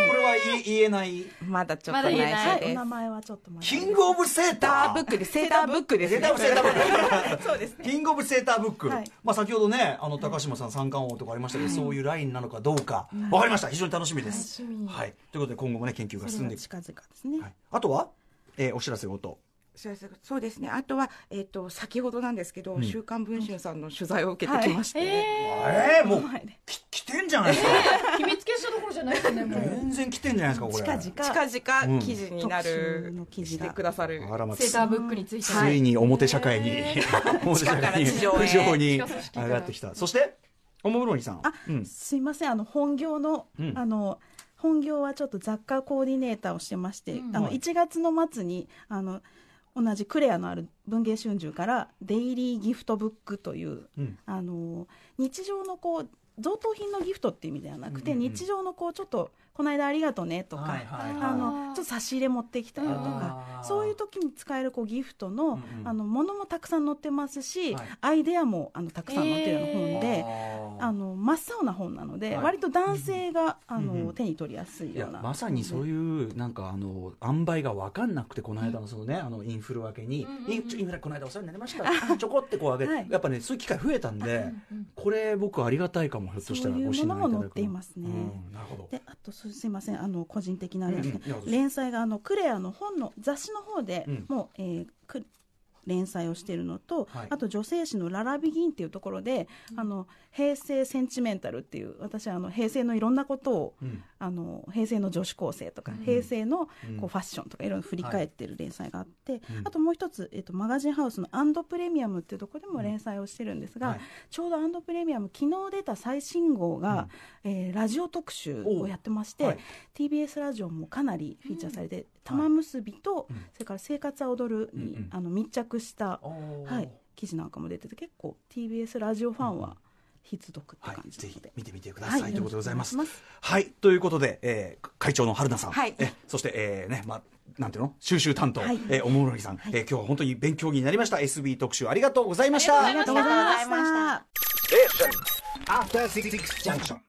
Speaker 2: これは言え言えない
Speaker 3: まだちょっと
Speaker 6: ま
Speaker 3: 内
Speaker 6: だ
Speaker 3: 緒
Speaker 6: 言え
Speaker 3: です、
Speaker 6: な
Speaker 4: はいお名前はちょっとまだ
Speaker 2: キングオブセータ
Speaker 3: セーター
Speaker 2: ー
Speaker 3: ブックですセーターブックです、
Speaker 2: セ ーターブセーターブックキングオブセーターブック、
Speaker 4: はい
Speaker 2: まあ、先ほどねあの高島さん三冠王とかありましたけど、そういうラインなのかどうか、わかりました非常に楽しみです、はい、ということで今後もね研究が進んでいく、
Speaker 4: 近づかですね、
Speaker 2: はい、あとは、えーお知らせごと
Speaker 3: そうですそうですねあとは、えっと先ほどなんですけど「
Speaker 2: ん
Speaker 3: 週刊文春」さんの取材を受けてきまして、
Speaker 2: えー、もうき来てんじゃないです か
Speaker 6: 秘密結社どころじゃないですねもう
Speaker 2: 全然来てんじゃないですかこれ
Speaker 4: 近々
Speaker 3: 近
Speaker 2: うん
Speaker 3: 々記事にな
Speaker 4: 特集
Speaker 3: る、
Speaker 4: の記事
Speaker 3: し
Speaker 4: が
Speaker 3: てくださる
Speaker 2: あらま
Speaker 6: セーターブックについて
Speaker 2: ついに表社会に、 表社会に
Speaker 3: 地上から
Speaker 2: 非
Speaker 3: 地上へ
Speaker 2: 常に
Speaker 6: 地下組織から
Speaker 2: 上がってきたそしておもむろにさん
Speaker 4: あ
Speaker 2: うん
Speaker 4: すいませんあの本業の,、
Speaker 2: うん
Speaker 4: あの本業はちょっと雑貨コーディネーターをしてまして、あの
Speaker 2: はい
Speaker 4: 1月の末にあの同じクレアのある文藝春秋からデイリーギフトブックという、
Speaker 2: うん
Speaker 4: あの日常のこう贈答品のギフトっていう意味ではなくて、
Speaker 2: うんうんうん
Speaker 4: 日常のこうちょっとこの間ありがとね」とか、
Speaker 2: はいはいはい
Speaker 4: あのちょっと差し入れ持ってきたよとか
Speaker 2: あー
Speaker 4: そういう時に使えるこうギフトの,、
Speaker 2: うんうん
Speaker 4: あのものもたくさん載ってますし、
Speaker 2: はい
Speaker 4: アイデアもあのたくさん載ってるような本で。
Speaker 2: あー
Speaker 4: あの真っ青な本なので、
Speaker 2: はい
Speaker 4: 割と男性が、あの、
Speaker 2: うんうん
Speaker 4: 手に取りやすい
Speaker 2: い
Speaker 4: よ
Speaker 2: や
Speaker 4: うな
Speaker 2: まさにそういうなんかあの塩梅が分かんなくてこの間のそのね、あのインフル明けに、インちょインフルこの間お世話になりま したちょこってこう上げて、
Speaker 4: はい
Speaker 2: やっぱねそういう機会増えたんで、これ僕ありがたいかもひょっ
Speaker 4: そ
Speaker 2: と
Speaker 4: う
Speaker 2: したら
Speaker 4: いう
Speaker 2: ご指
Speaker 4: も
Speaker 2: 南
Speaker 4: のも
Speaker 2: ただく
Speaker 4: 載っていますね、
Speaker 2: うんなるほど
Speaker 4: であとそうすいませんあの個人的なあれなんですけど、
Speaker 2: うんうんいや
Speaker 4: 連載があのクレアの本の雑誌の方で、
Speaker 2: うん
Speaker 4: もう、えーく連載をしているのと、
Speaker 2: はい
Speaker 4: あと女性誌の「ララビギン」っていうところで、あの平成センチメンタルっていう私はあの平成のいろんなことを
Speaker 2: うん
Speaker 4: あの平成の女子高生とか、
Speaker 2: うん
Speaker 4: 平成の
Speaker 2: うん
Speaker 4: こうファッションとかいろいろ振り返ってる連載があって、
Speaker 2: うん
Speaker 4: あともう一つ、えっとマガジンハウスの「アンドプレミアム」っていうところでも連載をしてるんですが、
Speaker 2: はい
Speaker 4: ちょうど「アンドプレミアム」昨日出た最新号が、えーラジオ特集をやってまして、
Speaker 2: おうはい
Speaker 4: TBS ラジオもかなりフィーチャーされて「玉結びと」
Speaker 2: うん
Speaker 4: それから「生活は踊るに」
Speaker 2: うんうん
Speaker 4: あの密着した、
Speaker 2: あー
Speaker 4: はい、記事なんかも出てて結構 TBS ラジオファンは必読って
Speaker 2: は
Speaker 4: 感
Speaker 2: い、
Speaker 4: じ
Speaker 2: ぜ
Speaker 4: なの
Speaker 2: ひ
Speaker 4: で。
Speaker 2: 見てみてください、
Speaker 4: はい
Speaker 2: ということでございます。
Speaker 4: お願いし
Speaker 2: はい、ということで、えー会長の春菜さん、
Speaker 3: はい
Speaker 2: えそして、えーねま、なんていうの収集担当、
Speaker 4: はい
Speaker 2: えーおもむろぎさん、えー今日は本当に勉強になりました SB 特集ありがとうございました。
Speaker 4: ありがとうございました。
Speaker 5: After Six Junction.